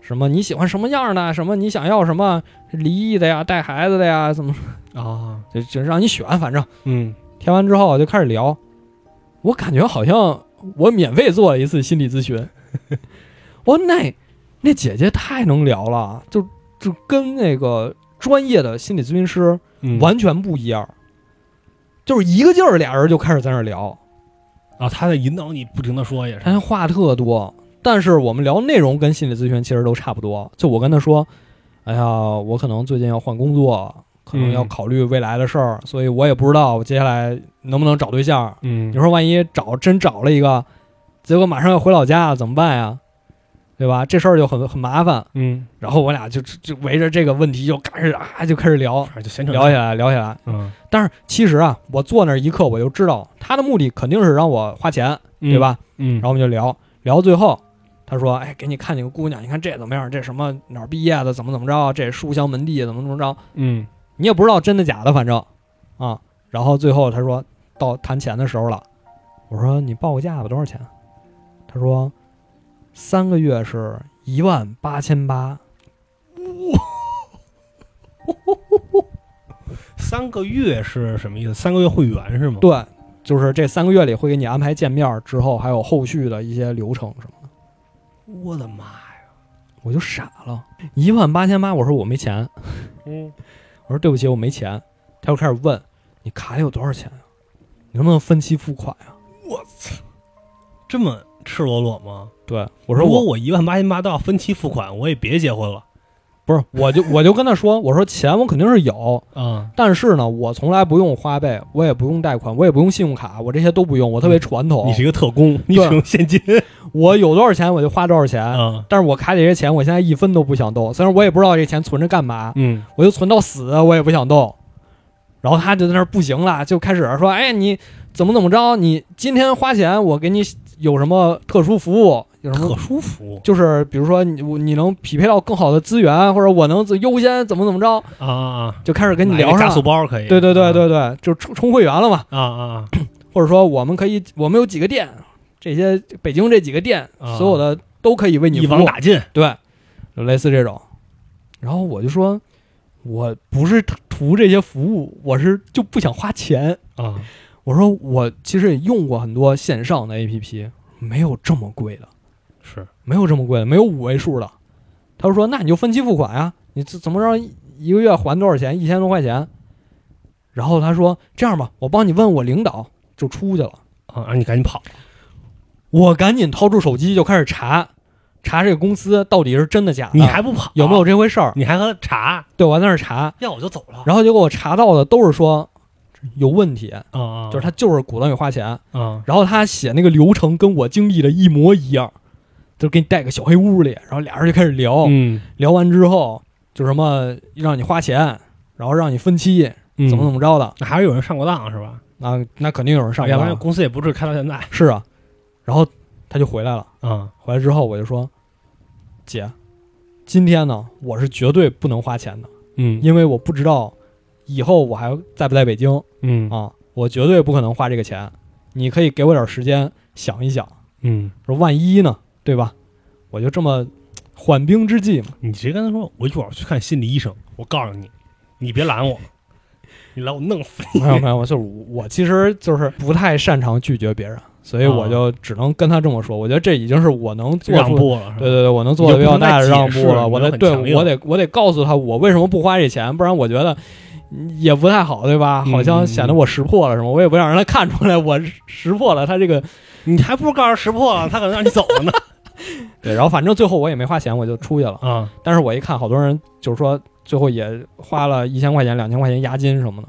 什么你喜欢什么样的？什么你想要什么离异的呀，带孩子的呀，怎么啊，就就让你选，反正嗯，填完之后就开始聊，我感觉好像我免费做了一次心理咨询。我说那那姐姐太能聊了，就就跟那个专业的心理咨询师嗯完全不一样，就是一个劲儿俩人就开始在那儿聊，啊，他在引导你不停的说也是，他话特多，但是我们聊内容跟心理咨询其实都差不多。就我跟他说，哎呀，我可能最近要换工作，可能要嗯考虑未来的事儿，所以我也不知道我接下来能不能找对象。嗯你说万一找真找了一个，结果马上要回老家了，怎么办呀？对吧？这事儿就很很麻烦。嗯，然后我俩就就就围着这个问题就开始啊，就开始聊反正就闲扯聊起来，聊起来。嗯，但是其实啊，我坐那儿一刻我就知道他的目的肯定是让我花钱，对吧？嗯？嗯，然后我们就聊聊到最后，他说：“哎，给你看几个姑娘，你看这怎么样？这什么哪儿毕业的？怎么怎么着？这书香门第怎么怎么着？嗯，你也不知道真的假的，反正啊。然后最后他说到谈钱的时候了，我说你报个价吧，多少钱？他说三个月是一万八千八，三个月是什么意思？三个月会员是吗？对，就是这三个月里会给你安排见面儿，之后还有后续的一些流程什么的。我的妈呀！我就傻了，一万八千八，我说我没钱，嗯，我说对不起，我没钱。他又开始问你卡里有多少钱啊？你能不能分期付款啊？这么赤裸裸吗？对我说如果我我一万八千八都要分期付款，我也别结婚了不是，我就我就跟他说，我说钱我肯定是有，啊！但是呢，我从来不用花呗，我也不用贷款，我也不用信用卡，我这些都不用，我特别传统。你是一个特工，你使用现金 我有多少钱我就花多少钱，啊？但是我卡里这钱我现在一分都不想动，虽然我也不知道这钱存着干嘛，嗯，我就存到死我也不想动。然后他就在那儿不行了，就开始说：“哎，你怎么怎么着？你今天花钱，我给你有什么特殊服务？有什么特殊服务就是比如说你我你能匹配到更好的资源，或者我能优先怎么怎么着？啊啊！啊就开始跟你买一个聊上加速了。包可以？对对对对对，就充充会员了嘛。啊啊！啊或者说我们可以，我们有几个店，这些北京这几个店，啊所有的都可以为你一服网务，打啊尽，对，就类似这种。然后我就说，我不是图这些服务，我是就不想花钱。啊，我说我其实也用过很多线上的 APP，没有这么贵的，是没有这么贵的，没有五位数的。他就说，那你就分期付款呀，你怎怎么着一个月还多少钱？一千多块钱。然后他说这样吧，我帮你问我领导，就出去了。啊，让你赶紧跑我赶紧掏出手机就开始查，查这个公司到底是真的假的，你还不跑？有没有？这回事儿？你还和他查？对，我在那儿查，要我就走了。然后结果我查到的都是说有问题，啊啊！就是他就是鼓捣你花钱，他啊，然后他写那个流程跟我经历的一模一样，就给你带个小黑屋里，然后俩人就开始聊，嗯，聊完之后就什么让你花钱，然后让你分期，嗯怎么怎么着的，那还是有人上过当是吧？啊，那肯定有人上要不当然了，公司也不至于开到现在是啊，然后他就回来了。啊。回来之后我就说：“姐，今天呢，我是绝对不能花钱的，嗯因为我不知道以后我还在不在北京嗯啊，我绝对不可能花这个钱。你可以给我点时间想一想，嗯，说万一呢，对吧？我就这么缓兵之计嘛。你直接跟他说，我一会儿去看心理医生，我告诉你，你别拦我，你来我弄死你。 没有没有，就是我其实就是不太擅长拒绝别人，所以啊我就只能跟他这么说。我觉得这已经是我能做让出步了，是吧对对对，我能做的比较大的让步你就了，不我能得再解对释你我能很强硬得我得告诉他我为什么不花这钱，不然我觉得嗯也不太好，对吧？嗯好像显得我识破了什么，我也不想让他看出来我 识破了他这个。你还不如告诉识破了，他可能让你走 了呢。对，然后反正最后我也没花钱，我就出去了。啊，但是我一看，好多人就是说最后也花了一千块钱、两千块钱押金什么的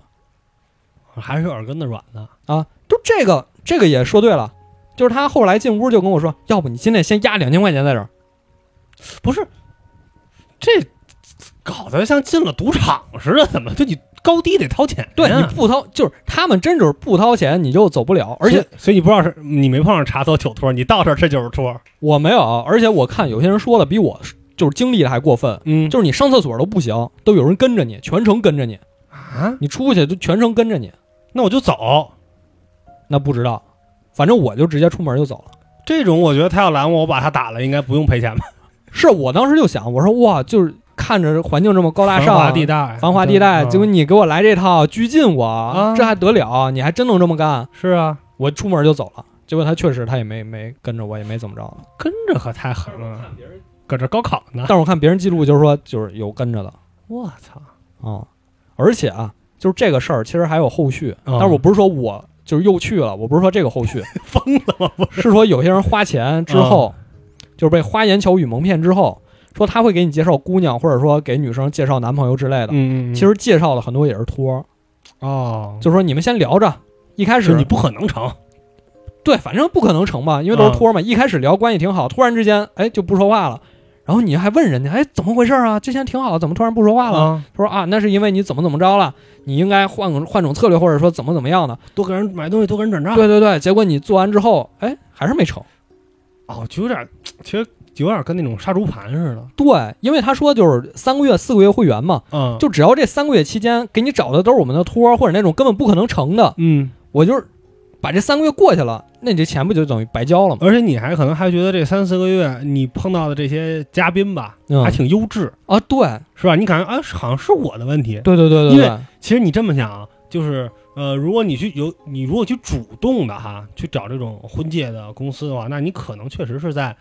啊还是有耳根子软的。啊，都这个这个也说对了，就是他后来进屋就跟我说，要不你今天先押两千块钱在这儿。不是，这搞得像进了赌场似的，怎么就你高低得掏钱呀？对，你不掏，就是他们真就是不掏钱你就走不了，而且所以所以你不知道是你没碰上茶托酒托，你到这儿吃就是托。我没有，而且我看有些人说的比我就是经历的还过分，嗯就是你上厕所都不行，都有人跟着你，全程跟着你，啊，你出去都全程跟着你。那我就走。那不知道，反正我就直接出门就走了。这种我觉得他要拦我，我把他打了，应该不用赔钱吧？是我当时就想，我说哇，就是看着环境这么高大上，啊繁华地带，繁华地带，对嗯结果你给我来这套拘禁我，啊这还得了？你还真能这么干？是啊，我出门就走了。结果他确实他也没没跟着我，也没怎么着。跟着可太狠了，搁这高考呢。但是我看别人记录就是说，就是有跟着的。 我操，啊、而且啊，就是这个事儿其实还有后续，啊但是我不是说我就是又去了，我不是说这个后续， 疯了吗？不是，嗯是说有些人花钱之后，就是被花言巧语蒙骗之后，说他会给你介绍姑娘，或者说给女生介绍男朋友之类的。嗯其实介绍的很多也是托儿，哦，就是说你们先聊着，一开就是始你不可能成。对，反正不可能成嘛，因为嗯都是托儿嘛。一开始聊关系挺好，突然之间哎就不说话了。然后你还问人家，哎，怎么回事啊？之前挺好，怎么突然不说话了？啊，他说啊，那是因为你怎么怎么着了，你应该换个换种策略，或者说怎么怎么样的。多给人买东西，多给人转账。对对对，结果你做完之后，哎，还是没成。哦，就有点，其实有点跟那种杀猪盘似的。对，因为他说就是三个月、四个月会员嘛，嗯，就只要这三个月期间给你找的都是我们的托儿或者那种根本不可能成的，嗯，我就是把这三个月过去了，那你这钱不就等于白交了吗？而且你还可能还觉得这三四个月你碰到的这些嘉宾吧，嗯还挺优质，啊，对，是吧？你感觉啊，好像是我的问题。对对对嗯因为对，其实你这么想啊，就是呃，如果你去有你如果去主动的哈，去找这种婚介的公司的话，那你可能确实是在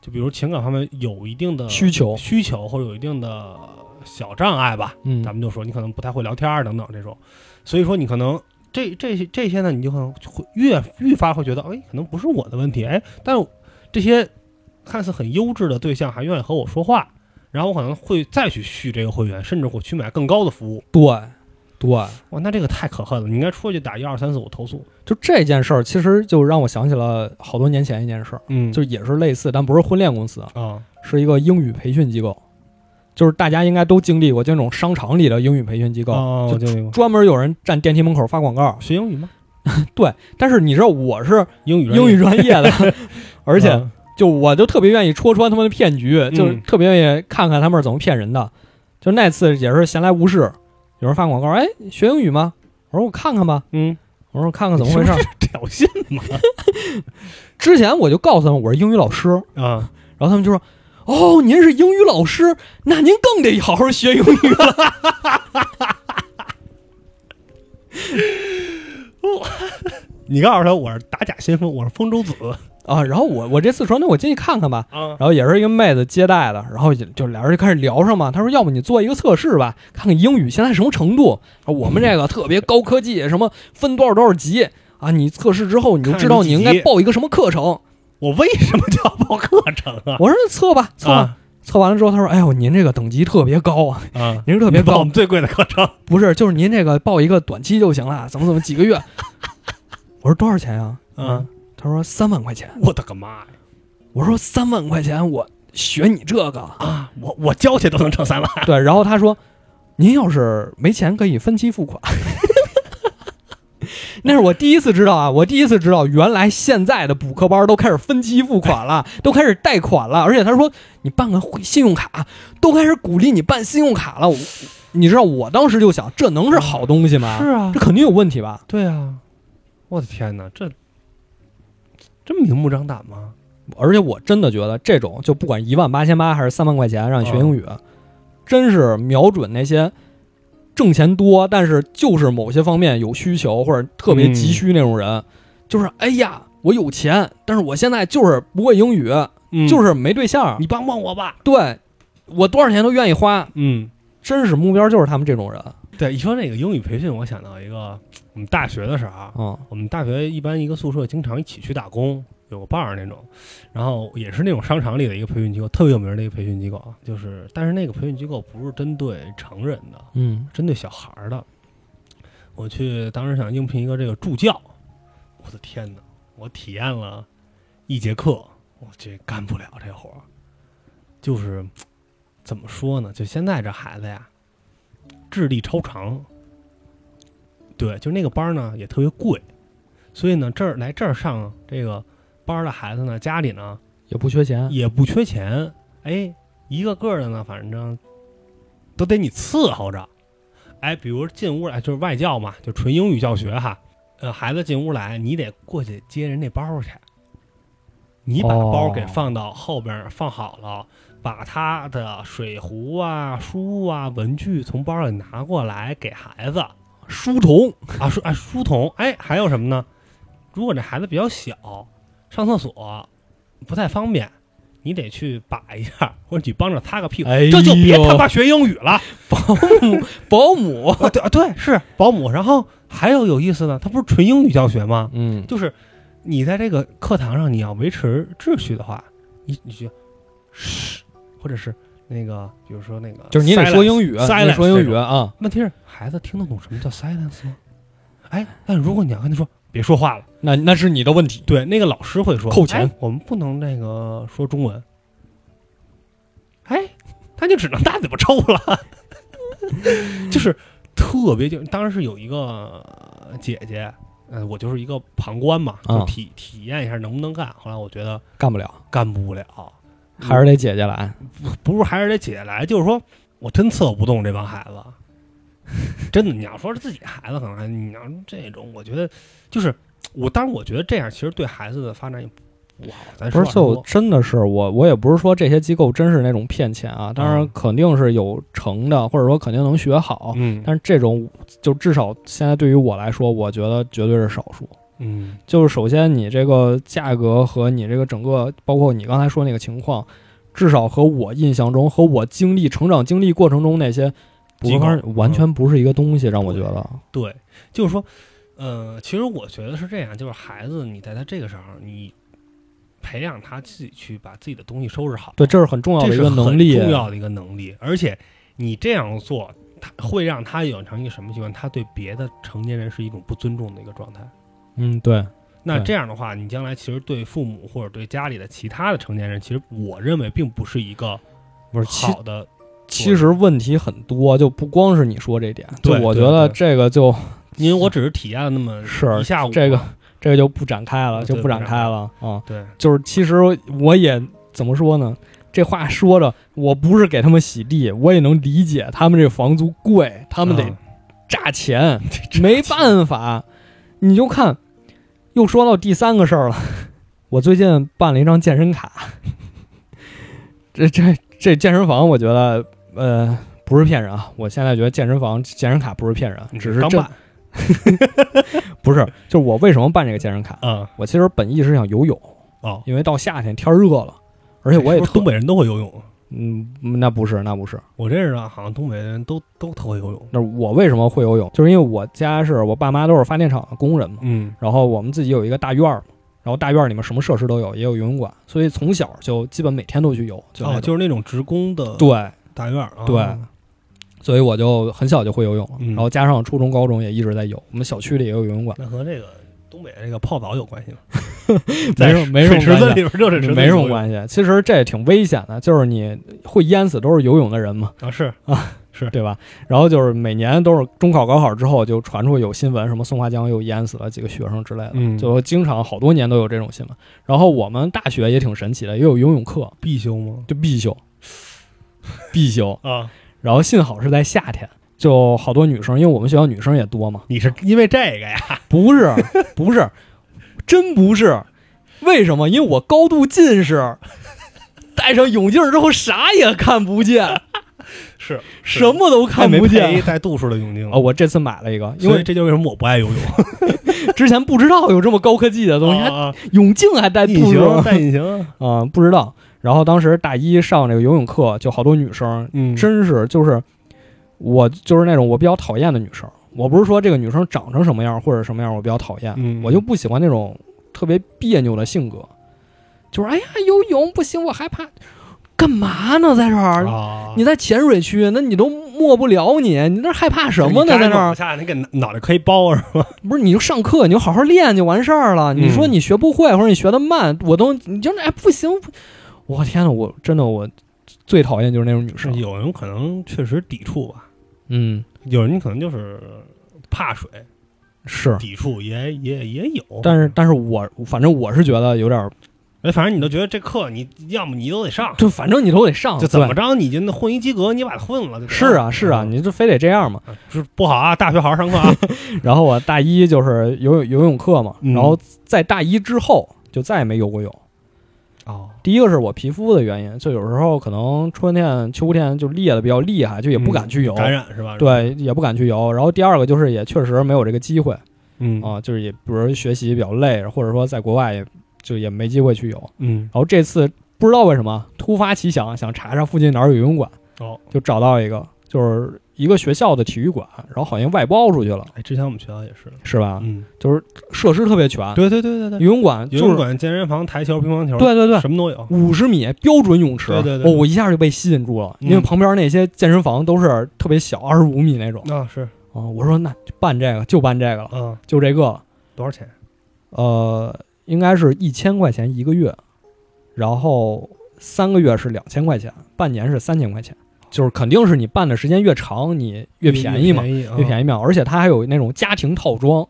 就比如情感方面有一定的需求，需求或者有一定的小障碍吧，嗯，咱们就说你可能不太会聊天儿等等这种，所以说你可能这这些这些呢，你就可能会越愈发会觉得，哎，可能不是我的问题，哎，但是这些看似很优质的对象还愿意和我说话，然后我可能会再去续这个会员，甚至我去买更高的服务，对对，哇，那这个太可恨了，你应该出去打一二三四五投诉，就这件事儿，其实就让我想起了好多年前一件事儿，嗯就也是类似，但不是婚恋公司啊，啊，是一个英语培训机构，就是大家应该都经历过这种商场里的英语培训机构，哦，就就那个专门有人站电梯门口发广告。学英语吗？对，但是你知道我是英语专业英语，专业 的，而且啊就我就特别愿意戳穿他们的骗局，就是嗯特别愿意看看他们是怎么骗人的。就那次也是闲来无事，有人发广告，哎，学英语吗？我说我看看吧， 嗯，我说我看看怎么回哎事儿。挑衅嘛，之前我就告诉他们我是英语老师，啊，然后他们就说：“哦，您是英语老师，那您更得好好学英语 了。你告诉他我是打假先锋，我是风州子”啊，然后我我这次说，那我进去看看吧。 啊，然后也是一个妹子接待的，然后也就俩人就开始聊上嘛。她说：“要不你做一个测试吧，看看英语现在什么程度。啊我们这个特别高科技，什么分多少多少级啊？你测试之后你就知道你应该报一个什么课程。我为什么就要报课程 啊？”我说：“测吧，测吧。啊测完了之后，她说：“哎呦，您这个等级特别高啊，啊，您这特别报高我。们最贵的课程，不是，就是您这个报一个短期就行了，怎么怎么几个月。 我说多少钱呀、嗯，他说三万块钱。我的个妈呀！我说三万块钱，我学你这个。啊，我我交去都能挣三万，对，然后他说，您要是没钱可以分期付款。 那是我第一次知道啊，我第一次知道，原来现在的补课班都开始分期付款了， 都开始贷款了，而且他说你办个会信用卡，都开始鼓励你办信用卡了。我你知道我当时就想，这能是好东西吗？啊这肯定有问题吧？对啊，我的天哪，这这明目张胆吗？而且我真的觉得这种就不管一万八千八还是三万块钱让你学英语，真是瞄准那些挣钱多，但是就是某些方面有需求或者特别急需那种人，就是哎呀，我有钱，但是我现在就是不会英语，嗯就是是没对象，你帮帮我吧，对我多少钱都愿意花，嗯，真是目标就是他们这种人，对，一说这个英语培训，我想到一个，我们大学的时候啊，嗯我们大学一般一个宿舍经常一起去打工，有个伴儿那种，然后也是那种商场里的一个培训机构，特别有名的一个培训机构啊，就是但是那个培训机构不是针对成人的，嗯针对小孩儿的。我去当时想应聘一个这个助教，我的天哪！我体验了一节课，我这干不了这活儿。就是怎么说呢？就现在这孩子呀，智力超常。对，就那个班儿呢也特别贵，所以呢这儿来这儿上这个班儿的孩子呢，家里呢也不缺钱，也不缺钱，哎，一个个的呢，反正都得你伺候着。哎，比如进屋来就是外教嘛，就纯英语教学哈。呃，孩子进屋来，你得过去接人那包去，你把哦包给放到后边儿放好了，把他的水壶啊、书啊、文具从包里拿过来给孩子书童啊，书啊书童。哎，还有什么呢？如果这孩子比较小，上厕所不太方便，你得去把一下，或者你帮着擦个屁股。哎呦这就别他妈学英语了。保姆，啊对啊对，是保姆。然后还有有意思呢，它不是纯英语教学吗？嗯就是你在这个课堂上，你要维持秩序的话，你你就嘘，或者是那个，比如说那个 silence，就是你得说英语，你得说英语啊，问题是，孩子听得懂什么叫 silence 吗？哎，但如果你要跟他说别说话了。那那是你的问题，对，那个老师会说扣钱哎我们不能那个说中文。哎，他就只能大嘴巴抽了， 就是特别就当时有一个呃姐姐，呃，我就是一个旁观嘛，就啊体、体验一下能不能干。后来我觉得干不了，干不了，还是得姐姐来。嗯不是还是得姐姐来，就是说我真伺候不动这帮孩 子。真的，你要说是自己孩子，可能还你要这种，我觉得就是我当然我觉得这样其实对孩子的发展也不好。咱不实是话实就说，真的是我，我也不是说这些机构真是那种骗钱啊，当然嗯肯定是有成的，或者说肯定能学好，嗯但是这种就至少现在对于我来说，我觉得绝对是少数。嗯就是首先你这个价格和你这个整个，包括你刚才说那个情况，至少和我印象中和我经历成长经历过程中那些补机习构嗯班完全不是一个东西，让我觉得，对，就是说，呃，其实我觉得是这样，就是孩子你在他这个时候，你培养他自己去把自己的东西收拾好，对，这是很重要这的一是个很能力。重要的一个能力。而且你这样做，他会让他养成一个什么习惯？他对别的成年人是一种不尊重的一个状态。嗯，对，那对这样的话，你将来其实对父母或者对家里的其他的成年人，其实我认为并不是一个不是其好的。其实问题很多，就不光是你说这点，就对我觉对得对这个就因为我只是体验了那么是一下午这个这个就不展开了，嗯就对不不展展开开了啊。对，就是其实我也怎么说呢？这话说着，我不是给他们洗地，我也能理解他们这房租贵，他们得嗯榨钱， 没办法。你就看，又说到第三个事儿了。 我最近办了一张健身卡， 这这这健身房，我觉得呃不是骗人啊。我现在觉得健身房健身卡不是骗人，啊只是刚这办 不是就是我为什么办这个健身卡？啊我其实本意是想游泳，哦，因为到夏天天儿热了，而且 我也是不是特东北人都会游泳，嗯，那不是，那不是。我认识的好像东北人都都特会游泳。那我为什么会游泳？就是因为我家是我爸妈都是发电厂的工人嘛，嗯然后我们自己有一个大院儿嘛，然后大院儿里面什么设施都有，也有游泳馆，所以从小就基本每天都去游。就哦，那种就是那种职工的对，大院儿啊，对所以我就很小就会游泳了，嗯然后加上初中、高中也一直在游。我们小区里也有游泳馆，那和这个东北这个泡澡有关 系吗？没在什么没水什么池子关里系。边热水池子没什么游泳关系，其实这也挺危险的，就是你会淹死都是游泳的 人嘛，啊，是对吧？然后就是每年都是中考、高考之后就传出有新闻，什么松花江又淹死了几个学生之类的，嗯就经常好多年都有这种新闻。然后我们大学也挺神奇的，也有游泳课，必修吗？就必修，必修。啊，然后幸好是在夏天，就好多女生，因为我们学校女生也多嘛，你是因为这个呀？不是，不是，真不是。为什么？因为我高度近视，戴上泳镜之后啥也看不见， 是什么都看不见。带度数的泳镜啊、我这次买了一个，因因为为这就是为什么我不爱游泳。之前不知道有这么高科技的东西，还啊，泳镜还带隐度数形啊、带隐形，嗯不知道。然后当时大一上这个游泳课，就好多女生，嗯真是就是我就是那种我比较讨厌的女生。我不是说这个女生长成什么样或者什么样，我比较讨厌，嗯我就不喜欢那种特别别扭的性格，就是哎呀游泳不行，我害怕，干嘛呢在这儿？啊，你在浅水区，那你都没不了你，你那害怕什么呢？在那儿往下那个脑袋可以包啊是吧？不是，你就上课，你就好好练就完事儿了。嗯你说你学不会，或者你学的慢，我都你就哎不行，不我天呐，我真的我最讨厌就是那种女是生。 有人可能确实抵触吧，嗯，有人可能就是怕水，是，抵触也也也有。但是但是我反正我是觉得有点儿，哎，反正你都觉得这课你要么你都得上，就反正你都得上，就怎么啊对着你就那混一及格，你把它混了。就得是啊是啊，嗯你就非得这样嘛。啊是不好啊，大学好好上课 啊。然后我大一就是游泳游泳课嘛，嗯然后在大一之后就再也没游过泳。哦，第一个是我皮肤的原因，就有时候可能春天、秋天就裂的比较厉害，就也不敢去游， 嗯感染是吧？，对，也不敢去游。然后第二个就是也确实没有这个机会嗯啊，就是也比如学习比较累，或者说在国外也就也没机会去游。嗯然后这次不知道为什么突发奇想，想查查附近哪儿有游泳馆，哦，就找到一个，就是一个学校的体育馆，然后好像外包出去了，哎，之前我们学校也是，是吧？嗯，就是设施特别全，对对对对对，游泳馆游啊就泳是馆、健身房、台球、乒乓球，对对对。什么都有。五十米标准泳池，对对对哦，我一下就被吸引住了，因为嗯旁边那些健身房都是特别小，二十五米那种。啊，是啊，我说那就办这个就办这个了，啊，就这个了。多少钱？呃，应该是一千块钱一个月，然后三个月是两千块钱，半年是三千块钱，就是肯定是你办的时间越长，你越便宜嘛，嗯越便宜，啊越便宜。宜嘛。而且它还有那种家庭套装，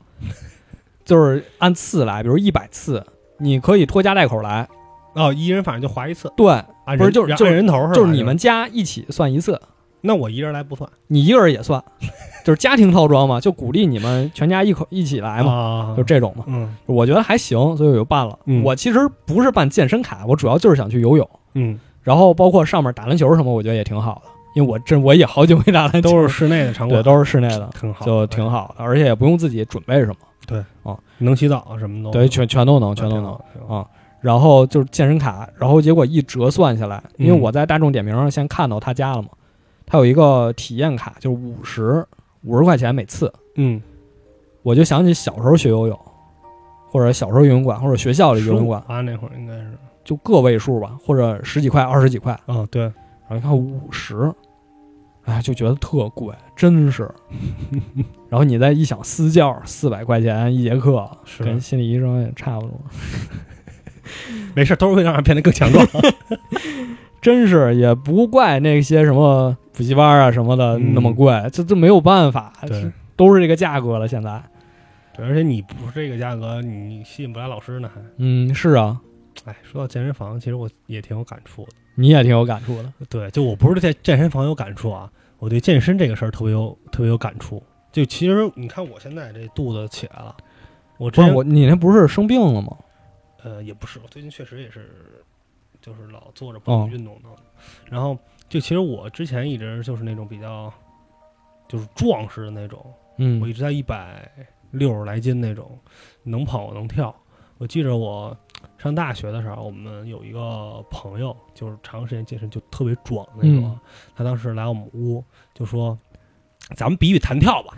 就是按次来，比如一百次，你可以拖家带口来，哦，一人反正就划一次，对，按不是人就是按就是人头是吧？就是你们家一起算一次，那我一人来不算你一个人也算，就是家庭套装嘛，就鼓励你们全家一口一起来嘛，嘛就这种嘛。啊嗯我觉得还行，所以我就办了。嗯我其实不是办健身卡，我主要就是想去游泳，嗯，然后包括上面打篮球什么，我觉得也挺好的，因为我这我也好久没打篮球，都是室内的场馆，对都是室内的，挺好，就挺好的，而且也不用自己准备什么，能洗澡什么的，对，全全都能，全都挺能好。挺好啊。然后就是健身卡，然后结果一折算下来，因为嗯我在大众点评上先看到他家了嘛，他有一个体验卡，就是五十五十块钱每次，嗯，我就想起小时候学游泳，或者小时候游泳馆，或者学校里游泳馆，啊，那会儿应该是就个位数吧，或者十几块、二十几块，啊，对，然后一看五十，哎，就觉得特贵，真 是。然后你再一想私教四百块钱一节课，是跟心理医生也差不多， 没事，都是会让人变得更强壮。 真是也不怪那些什么补习班啊什么的嗯那么贵，这这没有办法，对都是这个价格了。现在，对，而且你不是这个价格，你吸引不来老师呢，还。嗯，是啊，哎，说到健身房，其实我也挺有感触的。你也挺有感触的，对，就我不是对健身房有感触啊，我对健身这个事儿特别有特别有感触。就其实你看我现在这肚子起来了，我之不是前我，你那不是生病了吗？呃也不是，我最近确实也是，就是老坐着不怎么哦运动的。然后就其实我之前一直就是那种比较就是壮实的那种，我嗯一直在一百六十来斤那种，能跑能跳。我记着我上大学的时候，我们有一个朋友，就是长时间健身就特别壮那种啊。他当时来我们屋就说：“咱们比比弹跳吧。”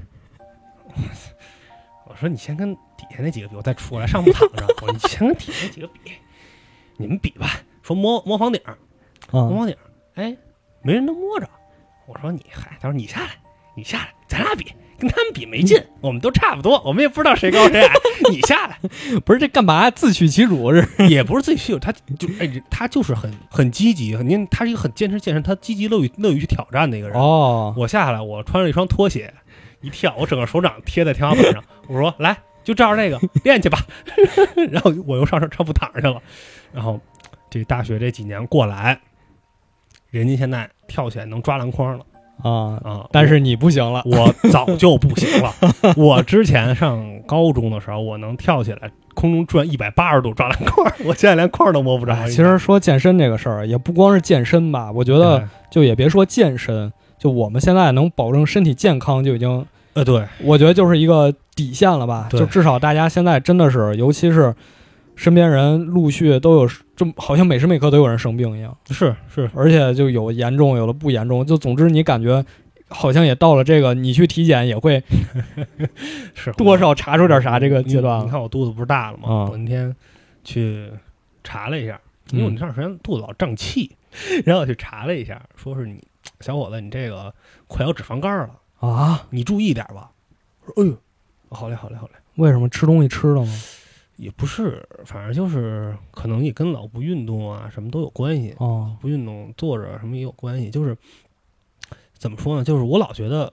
我说：“你先跟底下那几个比，我再出来上铺躺着。我说你先跟底下那几个比，你们比吧。”说摸摸房顶儿，啊摸房顶儿，哎，没人能摸着。我说你嗨，他说你下来，你下来，咱俩比，跟他们比没劲，我们都差不多，我们也不知道谁高谁矮，你下来 不是这干嘛自取其辱是？也不是自己虚有，他就哎，他就是很很积极，很您他是一个很坚持健身，他积极乐于乐于去挑战的一个人。哦，我下来，我穿着一双拖鞋，一跳，我整个手掌贴在天花板上，我说来，就照着这个练去吧。 然后我又上上上铺躺去了。然后这大学这几年过来，人家现在跳起来能抓篮筐了啊，啊，但是你不行了，我早就不行了。我之前上高中的时候，我能跳起来空中转一百八十度抓篮筐，我现在连筐都摸不着。哎其实说健身这个事儿，也不光是健身吧，我觉得对就也别说健身，就我们现在能保证身体健康就已经，呃对，我觉得就是一个底线了吧。对就至少大家现在真的是，尤其是身边人陆续都有，这么好像每时每刻都有人生病一样，是是，而且就有严重，有的不严重，就总之你感觉。好像也到了这个，你去体检也会是多少查出点啥这个你阶段你了。看我肚子不是大了吗？啊我那天去查了一下，因嗯为我那段时间肚子老胀气， 然后我去查了一下，说是你小伙子，你这个快有脂肪肝了，啊？你注意点吧。我说哎呦，好嘞好嘞好嘞，为什么吃东西吃了吗？也不是，反正就是可能也跟老不运动啊什么都有关系，哦，不运动坐着什么也有关系，就是怎么说呢？就是我老觉得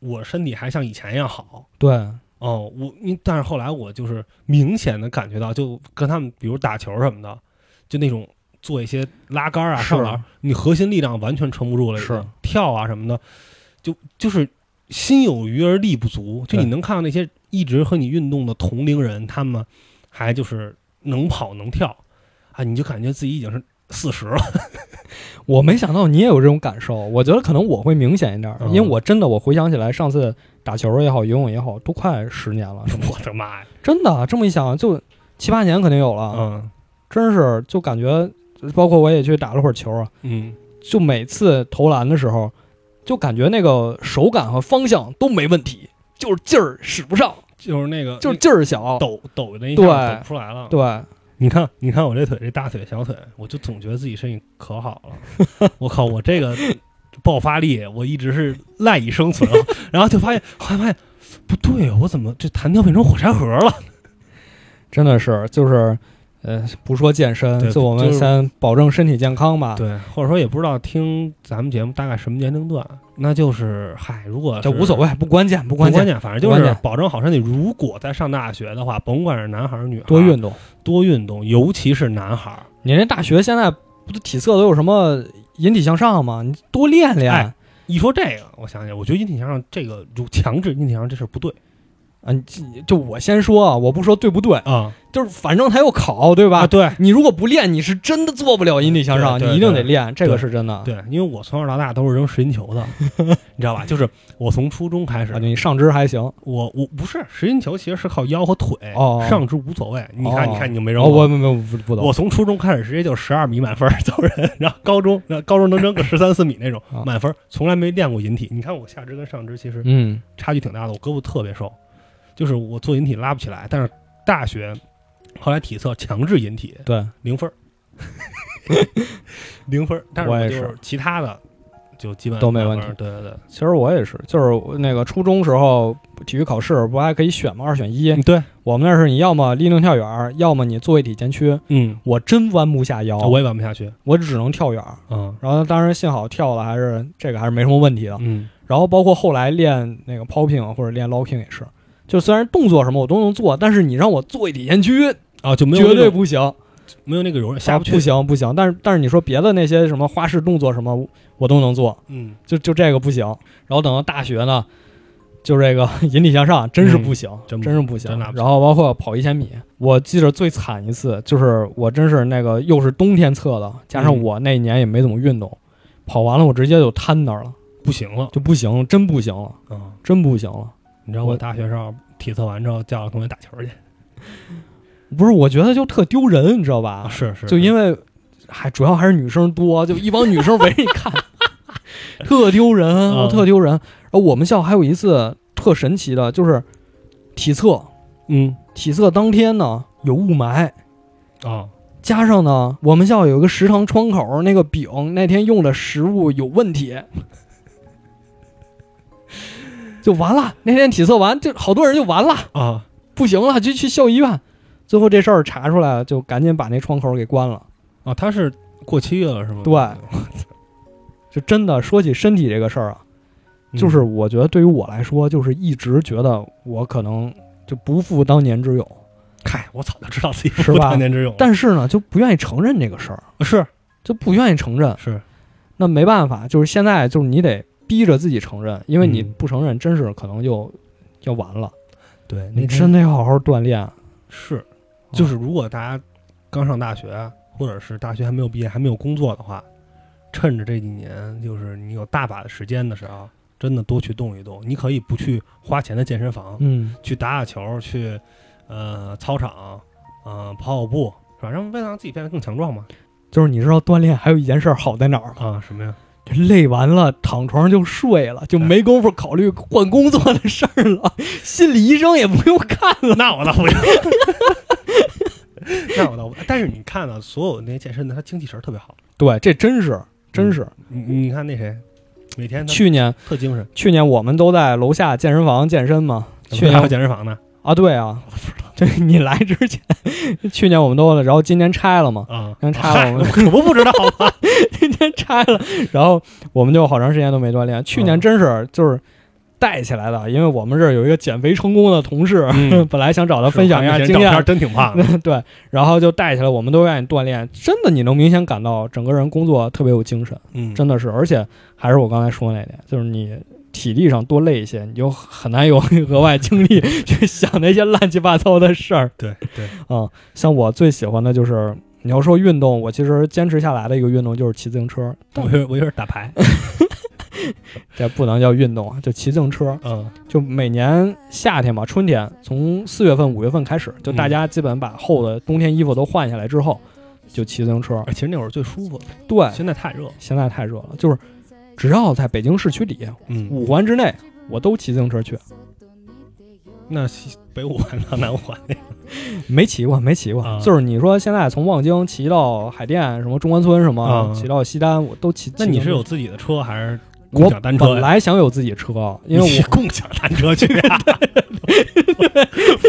我身体还像以前一样好，对，哦，我你但是后来我就是明显的感觉到，就跟他们比如打球什么的，就那种做一些拉杆啊、是上篮，你核心力量完全撑不住了，是跳啊什么的，就就是心有余而力不足。就对你能看到那些一直和你运动的同龄人，他们还就是能跑能跳，啊，你就感觉自己已经是四十 了，我没想到你也有这种感受，我觉得可能我会明显一点，嗯因为我真的我回想起来，上次打球也好，游泳也好，都快十年了，是吗我的妈呀！真的啊这么一想，就七八年肯定有了，嗯真是就感觉，包括我也去打了会儿球啊，嗯，就每次投篮的时候，就感觉那个手感和方向都没问题，就是劲儿使不啊上，就是那个就是劲儿小，抖抖的那一对下抖不出来了，对， 你看，你看我这腿，这大腿、小腿，我就总觉得自己身体可好了。我靠，我这个爆发力，我一直是赖以生存啊。然后就发现，后来发现不对，啊我怎么这弹跳变成火柴盒了？真的是就是。呃，不说健身，对就我就们是先保证身体健康吧。对，或者说也不知道听咱们节目大概什么年龄段，那就是嗨，如果这是无所。谓，不关键，不不关键，键，反正就关是键保证好身体。如果在上大学的话，甭管是男孩儿女孩儿，多运动。多运动，尤其是男孩儿。你那大学现在不是体测都有什么引体向上吗？你多练练。哎一说这个，我想想，我觉得阴体墙上这个就强制阴体墙这事儿不对啊，你就我先说啊，我不说对不对，啊就是反正他有考，对吧？啊，对你如果不练，你是真的做不了引体向上，对对你一定得练，这个是真的。对，因为我从小到大都是扔实心球 的，你知道吧？就是我从初中开始啊，，你上肢还行。我我不是实心球，其实是靠腰和腿，哦上肢无所谓。你看，哦你看，你就没扔然后过。我没没不不懂我从初中开始直接就十二米满分儿走人，然后高中然后高中能扔个十三四米那种啊满分儿，从来没练过引体。你看我下肢跟上肢其实嗯差距挺大的，我胳膊特别瘦，就是我做引体拉不起来。但是大学后来体测强制引体对，零 分儿，零分儿。但是我也就是其他的就基本都没满问分儿题对对其实我也是，就是那个初中时候体育考试不还可以选吗？二选一对，，对，我们那是你要么立定跳远，要么你做一体前屈。嗯，我真弯不下腰，我也玩不下去，我只能跳远。嗯然后当然幸好跳了，还是这个还是没什么问题的。嗯然后包括后来练那个 popping 或者练 locking 也是，就虽然动作什么我都能做，但是你让我做一体前屈，啊，就没有绝那对种不行，没有那个柔韧，下不去不，行不行。但是但是你说别的那些什么花式动作什么，我都能做，嗯，就就这个不行。然后等到大学 呢，就这个 引体向上真是不行，真嗯真不是行不行真拿不起然后包括跑一千米，我记得最惨一次就是我真是那个又是冬天测的，加上嗯我那一年也没怎么运动，跑完了我直接就瘫那儿了，不行了就不行了，真不行了，啊。真不行了。你知道我我大学时候体测完之后叫着同学打球去不是，我觉得就特丢人，你知道吧？啊是是啊就因为还主要还是女生多，就一帮女生围着你看， 特丢人，嗯特丢人。然后我们校还有一次特神奇的，就是体测，嗯体测当天呢有雾霾，啊加上呢我们校有一个食堂窗口那个饼那天用的食物有问题。就完了，那天体测完，就好多人就完了，啊不行了，就去校医院。最后这事儿查出来了，就赶紧把那窗口给关了。啊！他是过期了是吗？对就真的说起身体这个事儿啊，嗯就是我觉得对于我来说，就是一直觉得我可能就不复当年之勇，嗨，我早就知道自己是吧当年之勇，但是呢，就不愿意承认这个事儿，是就不愿意承认。是那没办法，就是现在就是你得逼着自己承认，因为你嗯不承认，真是可能就要完了。对，你那真的要好好锻炼。啊哦是就是如果大家刚上大学，啊或者是大学还没有毕业还没有工作的话，趁着这几年，就是你有大把的时间的时候，真的多去动一动。你可以不去花钱的健身房，嗯，去打打球，去呃操场，嗯、跑跑步，是吧？让为了让自己变得更强壮嘛。就是你知道锻炼还有一件事儿好在哪儿吗？啊，什么呀？就累完了躺床上就睡了，就没工夫考虑换工作的事儿了， 心理医生也不用看了。那我倒不用。 那我倒不，但是你看啊，所有那些健身的，他精气神儿特别好。嗯对，这真是真是。你你看那谁，每天他去年特精神。去年我们都在楼下健身房健身嘛。去还有年健身房呢啊，对啊， 这你来之前，去年我们都，然后今年拆了嘛，啊， 刚拆了我们嗨可不不知道啊 吗？今年拆了，然后我们就好长时间都没锻炼。去年真是就是带起来的，因为我们这儿有一个减肥成功的同事，嗯本来想找他我分享一下经照片验，真挺胖 的。对，然后就带起来，我们都愿意锻炼。真的，你能明显感到整个人工作特别有精神，嗯，真的是。而且还是我刚才说那点，就是你体力上多累一些，你就很难有额外精力去想那些乱七八糟的事儿对对，啊、 像我最喜欢的就是。你要说运动，我其实坚持下来的一个运动就是骑自行车，我一会儿我一会儿打牌。这不能叫运动啊，就骑自行车。嗯就每年夏天吧，春天从四月份、五月份开始，就大家基本把厚的冬天衣服都换下来之后，就骑自行车。哎其实那会儿最舒服，对，现在太热。现在太热了，就是只要在北京市区里嗯，五环之内，我都骑自行车去。那西北五环到南五 环那没骑过，没骑过。啊就是你说现在从望京骑到海淀，什么中关村什么，啊骑到西单，我都骑。那你是骑自行有车自己的车还是共我享单车本呀？来想有自己车，因为你骑我共享单车去啊！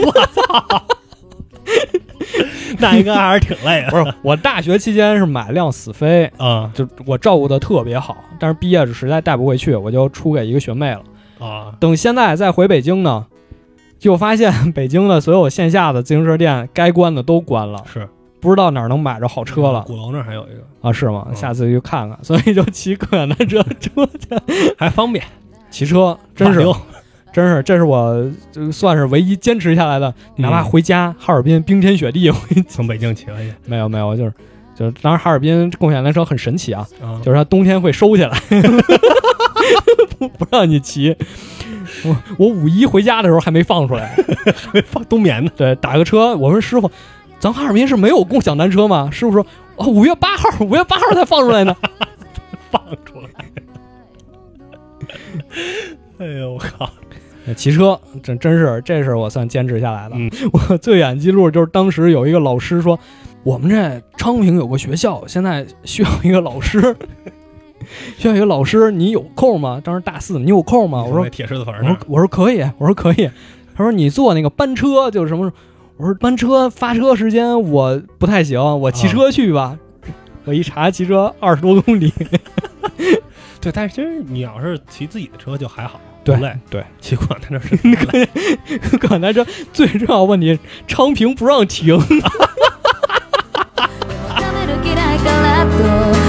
我操，那应该还是挺累的 不是我大学期间是买辆死飞，啊就我照顾的特别好，但是毕业实在带不回去，我就出给一个学妹了。啊！等现在再回北京呢，就发现北京的所有线下的自行车店该关的都关了，是不知道哪儿能买着好车了鼓楼那儿还有一个，啊？是吗？嗯下次去看看。所以就骑共享单车 出去还方便，骑车，真是马溜真是，这是我就算是唯一坚持下来的，哪怕嗯回家哈尔滨冰天雪地，我 从北京骑回去没有没有，就是就是，当然哈尔滨共享单车很神奇啊，啊，就是它冬天会收起来， 不不让你骑。我我五一回家的时候还没放出来，放冬眠呢，对，打个车，我说师傅，咱哈尔滨是没有共享单车吗？师傅说，哦，五月八号，五月八号才放出来呢。放出来。哎呦我靠！骑车，真真是，这是我算坚持下来的。嗯 我最远记录就是当时有一个老师说，我们这昌平有个学校，现在需要一个老师， 需要一个老师，你有空吗？当时大四，你有空吗？我说那铁狮子坟我说上，我说可以，我说可以。他说你坐那个班车就是什么？我说班车发车时间我不太行，我骑车去吧。我一查骑车二十多公里， 对，但是其实你要是骑自己的车就还好，对不累。对， 骑共享单车是不 累可能这最重要的问题，昌平不让停。 「食べる気ないからと